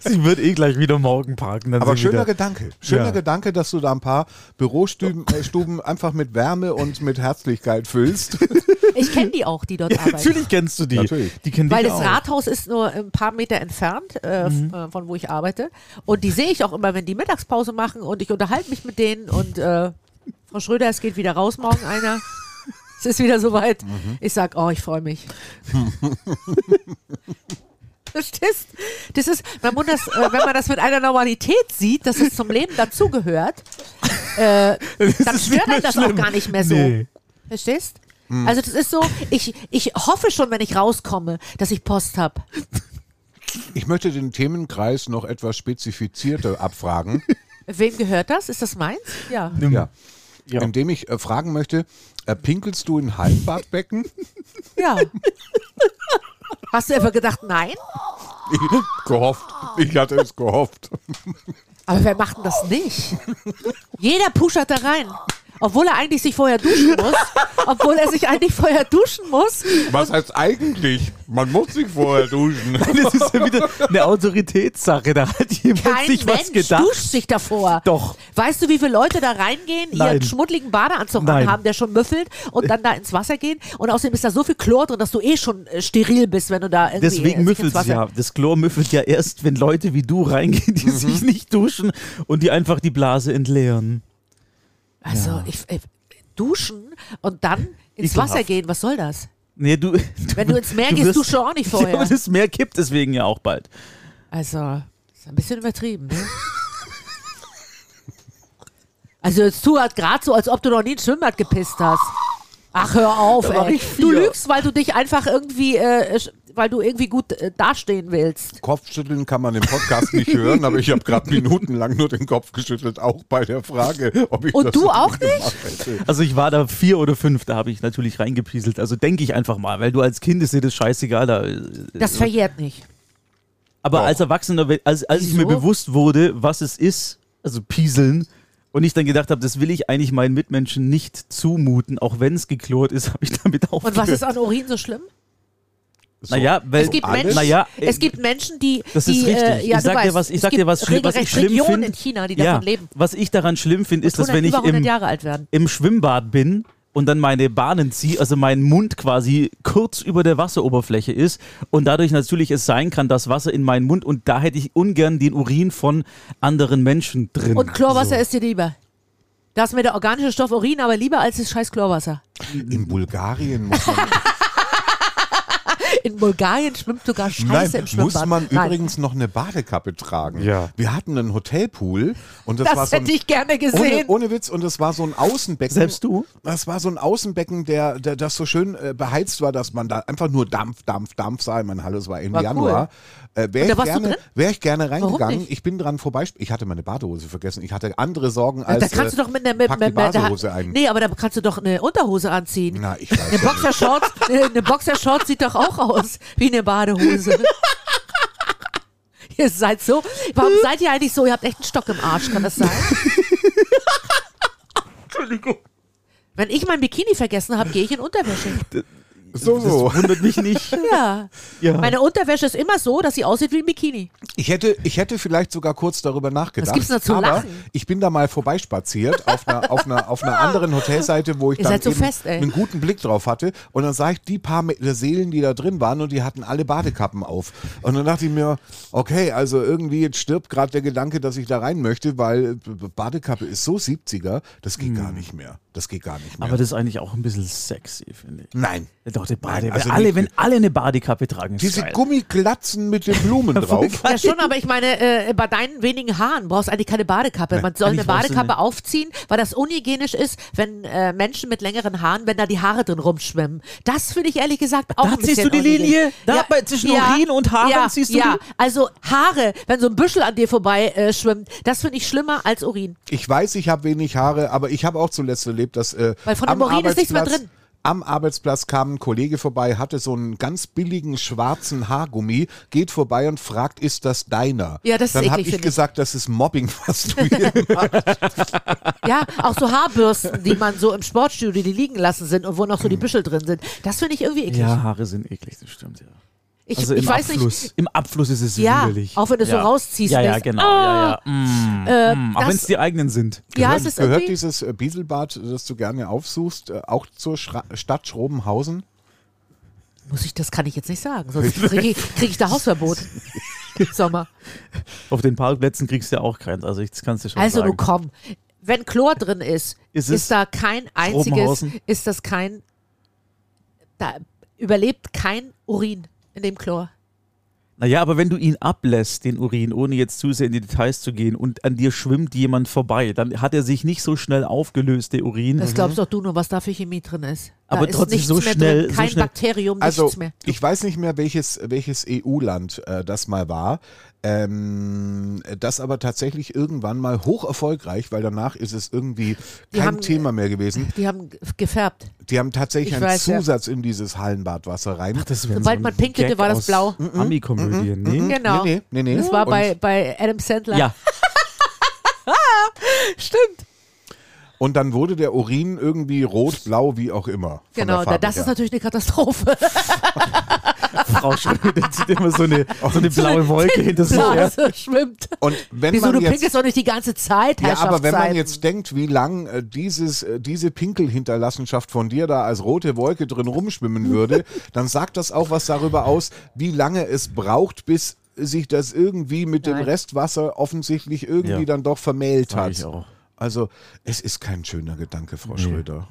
Sie wird eh gleich wieder morgen parken. Dann
Aber
sind
schöner
wieder-
Gedanke. Schöner
Ja.
Gedanke, dass du da ein paar Bürostuben äh, Stuben einfach mit Wärme und mit Herzlichkeit füllst.
Ich kenne die auch, die dort arbeiten.
Natürlich kennst du die.
Natürlich.
Die kennen
Weil
dich Mhm.
das
auch.
Rathaus ist nur ein paar Meter entfernt äh, f- äh, von wo ich arbeite. Und die sehe ich auch immer, wenn die Mittagspause machen und ich unterhalte mich mit denen und äh, Frau Schröder, es geht wieder raus morgen einer. Es ist wieder soweit.
Mhm.
Ich sag, oh, ich freue mich. Verstehst? Das ist, wenn man das, äh, wenn man das mit einer Normalität sieht, dass es zum Leben dazugehört, äh, dann
ist nicht
stört
mehr
einen das
schlimm.
auch gar nicht mehr so.
Nee.
Verstehst?
Hm.
Also das ist so, ich, ich hoffe schon, wenn ich rauskomme, dass ich Post habe.
Ich möchte den Themenkreis noch etwas spezifizierter abfragen.
Wem gehört das? Ist das meins? Ja.
ja.
Ja.
Indem ich äh, fragen möchte, äh, pinkelst du in Hallenbadbecken?
Ja. Hast du einfach gedacht, nein?
gehofft. Ich hatte es gehofft.
Aber wer macht denn das nicht? Jeder pushert da rein. Obwohl er eigentlich sich vorher duschen muss. Obwohl er sich eigentlich vorher duschen muss.
Was heißt eigentlich? Man muss sich vorher duschen.
Das ist ja wieder eine Autoritätssache. Da hat jemand
Kein
sich was
Mensch
gedacht.
duscht sich davor.
Doch.
Weißt du, wie viele Leute da reingehen,
Nein.
ihren schmuddeligen Badeanzug
Nein.
haben, der schon müffelt und dann da ins Wasser gehen. Und außerdem ist da so viel Chlor drin, dass du eh schon äh, steril bist, wenn du da irgendwie
Deswegen
äh, sich
müffelt
ins
es
Wasser-
ja. Das Chlor müffelt ja erst, wenn Leute wie du reingehen,
Mhm.
die sich nicht duschen und die einfach die Blase entleeren.
Also, ich, ich, duschen und dann ins
Ekelhaft.
Wasser gehen, was soll das?
Nee, du,
Wenn du ins Meer gehst,
wirst-
dusche auch nicht vorher.
Ja, aber das Meer kippt deswegen ja auch bald.
Also, ist ein bisschen übertrieben, ne? Also jetzt tu halt gerade so, als ob du noch nie ins Schwimmbad gepisst hast. Ach, hör auf,
Da war
ey.
ich vier.
Du lügst, weil du dich einfach irgendwie, äh, sch- weil du irgendwie gut äh, dastehen willst.
Kopfschütteln kann man im Podcast nicht hören, aber ich habe gerade minutenlang nur den Kopf geschüttelt, auch bei der Frage, ob ich
Und
das
du
so
auch
gut gemacht hätte.
Also ich war da vier oder fünf, da habe ich natürlich reingepieselt. Also denke ich einfach mal, weil du als Kind ist dir das scheißegal. Da,
Das verjährt nicht.
aber
Doch.
als Erwachsener, wenn- als, als ich mir
Wieso?
bewusst wurde, was es ist, also pieseln, und ich dann gedacht habe, das will ich eigentlich meinen Mitmenschen nicht zumuten, auch wenn es geklort ist, habe ich damit auch.
Und was ist an Urin so schlimm?
So. also
Naja, weil
Es gibt
alles?
Menschen,
Naja, äh,
es gibt Menschen, die,
Das
die
ist richtig.
äh, ja,
ich sag
du weißt,
dir was, ich
es
sag dir
gibt
was, schli- was ich
regelrecht
schlimm
Regionen
finde.
in China, die
ja,
davon leben.
Was ich daran schlimm finde, ist, dass
100,
wenn ich
über 100
im,
Jahre alt werden.
im Schwimmbad bin und dann meine Bahnen ziehe, also mein Mund quasi kurz über der Wasseroberfläche ist und dadurch natürlich es sein kann, dass Wasser in meinen Mund und da hätte ich ungern den Urin von anderen Menschen drin.
Und Chlorwasser
So.
ist dir lieber. Da ist mir der organische Stoff Urin aber lieber als das scheiß Chlorwasser.
in Bulgarien muss man,
In Bulgarien schwimmt sogar Scheiße
nein,
im Schwimmbad.
muss man
Nein.
übrigens noch eine Badekappe tragen.
Ja.
Wir hatten einen Hotelpool und das, war
Das
so ein,
hätte ich gerne
ohne,
gesehen.
ohne Witz und das war so ein Außenbecken.
Selbst du?
Das war so ein Außenbecken, der, der das so schön äh, beheizt war, dass man da einfach nur Dampf, Dampf, Dampf sah. Ich meine, hallo, es war Ende
War cool.
Januar. Äh, Wäre
da
ich,
warst du
gerne-
drin?
wär ich gerne reingegangen.
nicht?
Ich bin dran vorbei. Ich hatte meine Badehose vergessen. Ich hatte andere Sorgen als äh,
da kannst du doch mit einer mit,
pack
mit,
die
mit, da-
Badehose ein.
Nee, aber da kannst du doch eine Unterhose anziehen.
Na, ich weiß.
Eine
ja nicht.
Boxershorts, äh, eine Boxershorts sieht doch auch aus wie eine Badehose. ihr seid so, warum seid ihr eigentlich so? Ihr habt echt einen Stock im Arsch, kann das sein? Entschuldigung. Wenn ich mein Bikini vergessen habe, gehe ich in Unterwäsche.
So, so.
Wundert mich nicht.
Ja.
Ja.
Meine Unterwäsche ist immer so, dass sie aussieht wie ein Bikini.
Ich hätte, ich hätte vielleicht sogar kurz darüber nachgedacht.
Was gibt's da zu
aber
lachen?
ich bin da mal vorbeispaziert auf einer, auf einer, auf einer anderen Hotelseite, wo ich
Ihr
dann
seid so
eben
fest, ey.
einen guten Blick drauf hatte. Und dann sah ich die paar Me- Seelen, die da drin waren und die hatten alle Badekappen auf. Und dann dachte ich mir, okay, also irgendwie jetzt stirbt gerade der Gedanke, dass ich da rein möchte, weil B- B- Badekappe ist so 70er, das geht gar nicht mehr. Das geht gar nicht mehr.
Hm. Aber das ist eigentlich auch ein bisschen sexy, finde ich.
Nein.
Ja, Doch, die Bade,
Nein, also
wenn, alle,
nicht-
wenn alle eine Badekappe tragen, ist
Diese
geil.
Gummiklatzen mit den Blumen drauf.
Ja, schon, aber ich meine, äh, bei deinen wenigen Haaren brauchst du eigentlich keine Badekappe. Man soll eine
eigentlich brauchst du
Badekappe
nicht.
aufziehen, weil das unhygienisch ist, wenn äh, Menschen mit längeren Haaren, wenn da die Haare drin rumschwimmen. Das finde ich ehrlich gesagt auch
Da
ein bisschen
ziehst du die
unhygienisch.
Linie? Da bei- zwischen Urin und Haaren
ja,
ziehst du
Ja,
die?
also Haare, wenn so ein Büschel an dir vorbei äh, schwimmt, das finde ich schlimmer als Urin.
Ich weiß, ich habe wenig Haare, aber ich habe auch zuletzt erlebt, dass äh,
Weil von
am
dem Urin ist nichts mehr
Arbeitsplatz-
drin.
Am Arbeitsplatz kam ein Kollege vorbei, hatte so einen ganz billigen schwarzen Haargummi, geht vorbei und fragt, ist das deiner?
Ja, das ist
Dann habe
eklig,
ich
finde ich.
gesagt, das ist Mobbing, was du hier machst.
Ja, auch so Haarbürsten, die man so im Sportstudio, die liegen lassen sind und wo noch so die Büschel drin sind. Das finde ich irgendwie eklig.
Hm. Ja, Haare sind eklig, das stimmt, ja.
ich
Also
ich
im
weiß nicht,
Abfluss. Im Abfluss ist es
Ja,
widerlich.
auch wenn du es so rausziehst,
Ja, ja,
denkst,
genau. ja, ja. Mm, mm.
äh,
Auch
das-
wenn es die eigenen sind.
Ja, es ist
Gehört
irgendwie-
dieses äh, Bieselbad, das du gerne aufsuchst, äh, auch zur Schra Stadt Schrobenhausen?
Muss ich, das kann ich jetzt nicht sagen, sonst kriege ich, krieg ich da Hausverbot. im Sommer.
Auf den Parkplätzen kriegst du ja auch keins. Also ich, das kannst du schon
Also
sagen.
du komm. Wenn Chlor drin ist,
Ist
ist,
es
da kein einziges,
Schrobenhausen?
ist das kein, da überlebt kein Urin in dem Chlor.
Naja, aber wenn du ihn ablässt, den Urin, ohne jetzt zu sehr in die Details zu gehen, und an dir schwimmt jemand vorbei, dann hat er sich nicht so schnell aufgelöst, der Urin.
Das glaubst doch du nur, was da für Chemie drin ist.
Mhm. aber
ist
trotzdem
nichts
so
mehr
schnell,
drin,
so
kein
schnell.
Bakterium, nichts
Also,
mehr.
ich weiß nicht mehr, welches, welches EU-Land äh, das mal war. Ähm, das aber tatsächlich irgendwann mal hoch erfolgreich, weil danach ist es irgendwie
Die
kein
haben-
Thema mehr gewesen.
Die haben g- gefärbt.
Die haben tatsächlich
Ich
einen
weiß, ja.
Zusatz in dieses Hallenbadwasser rein.
Ach, das wär
Sobald
ein
man pinkelte,
Gag
war das
aus
blau.
Ami-Komödien, Hm, nee?
Genau.
Nee, nee, nee, nee.
Das war
Und-
bei, bei Adam Sandler.
Ja,
Stimmt.
Und dann wurde der Urin irgendwie rot, blau, wie auch immer. von
Genau,
der
da,
Farbe
das ist
her.
natürlich eine Katastrophe.
Frau Schröder die zieht immer so eine, so eine blaue Wolke hinter sich her.
Blase schwimmt.
Und wenn
Wieso,
man
du
jetzt,
pinkelst doch nicht die ganze Zeit,
Ja, aber wenn man
Herrschaftszeiten.
jetzt denkt, wie lang äh, dieses, äh, diese Pinkelhinterlassenschaft von dir da als rote Wolke drin rumschwimmen würde, dann sagt das auch was darüber aus, wie lange es braucht, bis sich das irgendwie mit dem
Nein.
Restwasser offensichtlich irgendwie
Ja.
dann doch vermählt
Sag
hat.
ich auch.
Also, es ist kein schöner Gedanke, Frau Schröder.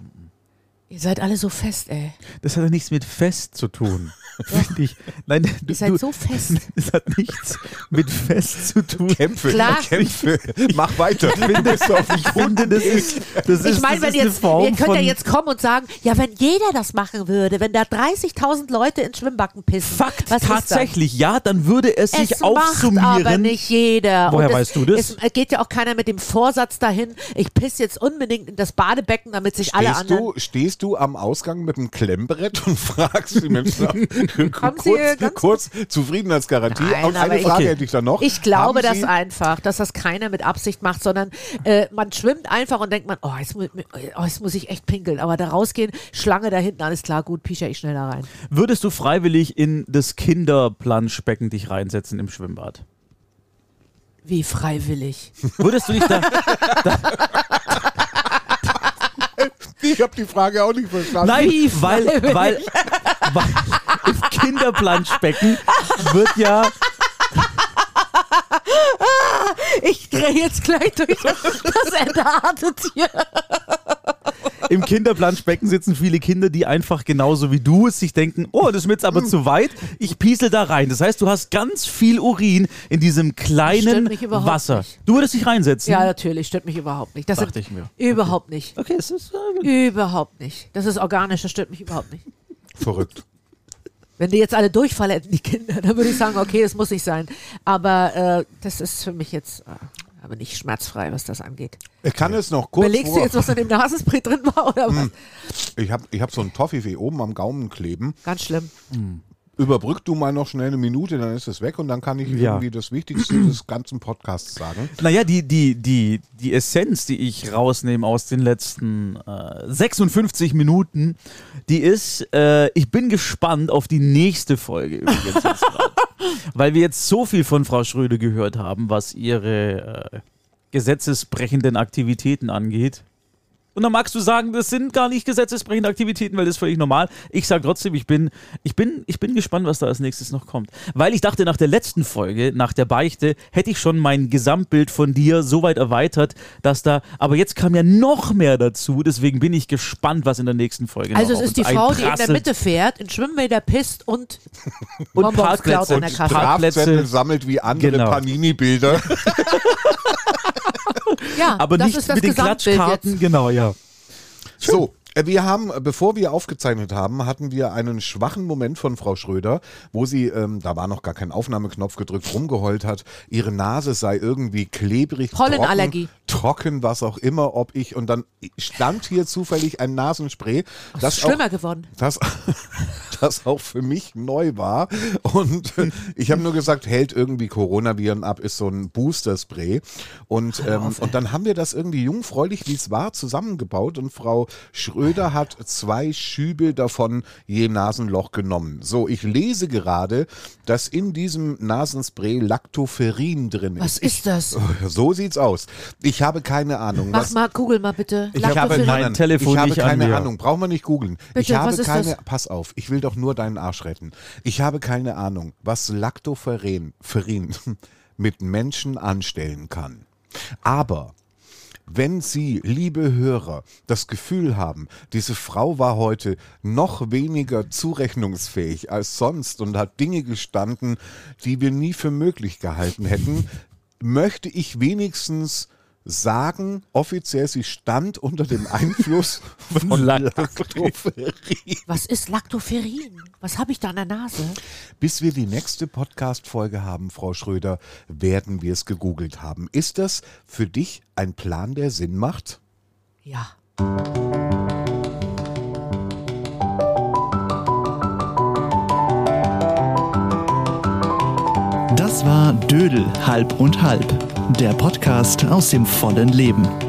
Ihr seid alle so fest, ey.
Das hat ja nichts mit fest zu tun, finde ich. Nein, du,
Ihr seid
du,
halt so fest.
das hat nichts mit fest zu tun.
Kämpfe,
Klar.
kämpfe, mach weiter. Du bist auf
Ich finde, das ist, das ist,
Ich meine,
das
wenn
ist eine
jetzt,
Form
ihr könnt ja
von
jetzt kommen und sagen, ja, wenn jeder das machen würde, wenn da 30.000 Leute ins Schwimmbacken pissen.
Fakt
was ist dann?
tatsächlich, ja, dann würde es,
Es
sich
macht
aufsummieren.
aber nicht jeder.
Woher
Und
weißt du das?
Es äh, geht ja auch keiner mit dem Vorsatz dahin, ich pisse jetzt unbedingt in das Badebecken, damit sich alle
Stehst
anderen...
du, stehst du am Ausgang mit einem Klemmbrett und fragst die Menschen ab, kurz,
Sie äh, ganz-
kurz Zufriedenheitsgarantie.
Nein,
und eine
aber ich-
Frage
Okay.
hätte ich dann noch.
Ich glaube
Haben
das
Sie-
einfach, dass das keiner mit Absicht macht, sondern äh, man schwimmt einfach und denkt man, oh jetzt, mu oh, jetzt muss ich echt pinkeln, aber da rausgehen, Schlange da hinten, alles klar, gut, pischer ich schnell da rein.
Würdest du freiwillig in das Kinderplanschbecken dich reinsetzen im Schwimmbad?
Wie freiwillig.
Würdest du dich da,
Ich habe die Frage auch nicht verstanden.
Nein,
Wie
weil,
freiwillig?
weil, weil im Kinderplanschbecken wird ja,
Ich drehe jetzt gleich durch das, das entartet hier.
im Kinderplanschbecken sitzen viele Kinder, die einfach genauso wie du es sich denken, oh, das ist mir jetzt
Hm.
aber zu weit, ich piesel da rein. Das heißt, du hast ganz viel Urin in diesem kleinen
Stört mich überhaupt
Wasser.
nicht.
Du würdest dich reinsetzen.
Ja, natürlich, stört mich überhaupt nicht. Das
Dachte
sind-
ich mir.
Überhaupt nicht.
Okay, es ist, äh,
Überhaupt nicht. Das ist organisch, das stört mich überhaupt nicht.
Verrückt.
Wenn die jetzt alle Durchfall hätten, die Kinder, dann würde ich sagen, okay, das muss nicht sein. Aber äh, das ist für mich jetzt äh, aber nicht schmerzfrei, was das angeht.
Ich kann es noch kurz.
Überlegst du
vor-
jetzt, was in dem Nasenspray drin war oder was?
ich habe ich hab so ein Toffifee oben am Gaumen kleben.
Ganz schlimm.
Überbrück du mal noch schnell eine Minute, dann ist es weg und dann kann ich
Ja.
irgendwie das Wichtigste des ganzen Podcasts sagen.
Naja, die, die, die, die Essenz, die ich rausnehme aus den letzten äh, 56 Minuten, die ist, äh, ich bin gespannt auf die nächste Folge übrigens. jetzt gerade. Weil wir jetzt so viel von Frau Schröde gehört haben, was ihre äh, gesetzesbrechenden Aktivitäten angeht. Und dann magst du sagen, das sind gar nicht gesetzesbrechende Aktivitäten, weil das ist völlig normal. Ich sage trotzdem, ich bin, ich, bin, ich bin gespannt, was da als nächstes noch kommt. Weil ich dachte, nach der letzten Folge, nach der Beichte, hätte ich schon mein Gesamtbild von dir so weit erweitert, dass da. Aber jetzt kam ja noch mehr dazu, deswegen bin ich gespannt, was in der nächsten Folge
Also
noch
es
auf
ist die
uns
Frau, die in der
einprasselt.
Mitte fährt, in Schwimmbäder pisst und, und Bonbons
Parkplätze.
klaut an der
Und
Kasse.
Park- Parkplätze-
Strafzettel sammelt wie andere
Genau.
Panini-Bilder.
Ja,
Aber
das
nicht
ist das
mit den
Gesamtbild
Klatschkarten,
jetzt.
genau, ja.
So, äh, wir haben, äh, bevor wir aufgezeichnet haben, hatten wir einen schwachen Moment von Frau Schröder, wo sie, ähm, da war noch gar kein Aufnahmeknopf gedrückt, rumgeheult hat, ihre Nase sei irgendwie klebrig,
Pollenallergie.
trocken, trocken, was auch immer, ob ich, und dann stand hier zufällig ein Nasenspray, das auch
Schlimmer geworden.
das, das auch für mich neu war. Und äh, ich habe nur gesagt, hält irgendwie Coronaviren ab, ist so ein Booster-Spray. Und, ähm, und dann haben wir das irgendwie jungfräulich, wie es war, zusammengebaut. Und Frau Schröder hat zwei Schübe davon je Nasenloch genommen. So, ich lese gerade, dass in diesem Nasenspray Lactoferrin drin
Was
ist.
ist das?
So sieht's aus. Ich habe keine Ahnung.
Mach
was
mal, google mal bitte.
ich habe,
Lactoferrin.
Mein Telefon
ich habe
nicht an
keine
mir.
Ahnung. Brauchen wir nicht googeln. Ich
Bitte,
habe
was ist
keine.
das?
Pass auf, ich will doch nur deinen Arsch retten. Ich habe keine Ahnung, was Lactoferrin Ferrin mit Menschen anstellen kann. Aber wenn Sie, liebe Hörer, das Gefühl haben, diese Frau war heute noch weniger zurechnungsfähig als sonst und hat Dinge gestanden, die wir nie für möglich gehalten hätten, möchte ich wenigstens sagen offiziell, sie stand unter dem Einfluss von Lactoferin.
Was ist Lactoferin? Was habe ich da an der Nase?
Bis wir die nächste Podcast-Folge haben, Frau Schröder, werden wir es gegoogelt haben. Ist das für dich ein Plan, der Sinn macht?
Ja.
Das war Dödel halb und halb, der Podcast aus dem vollen Leben.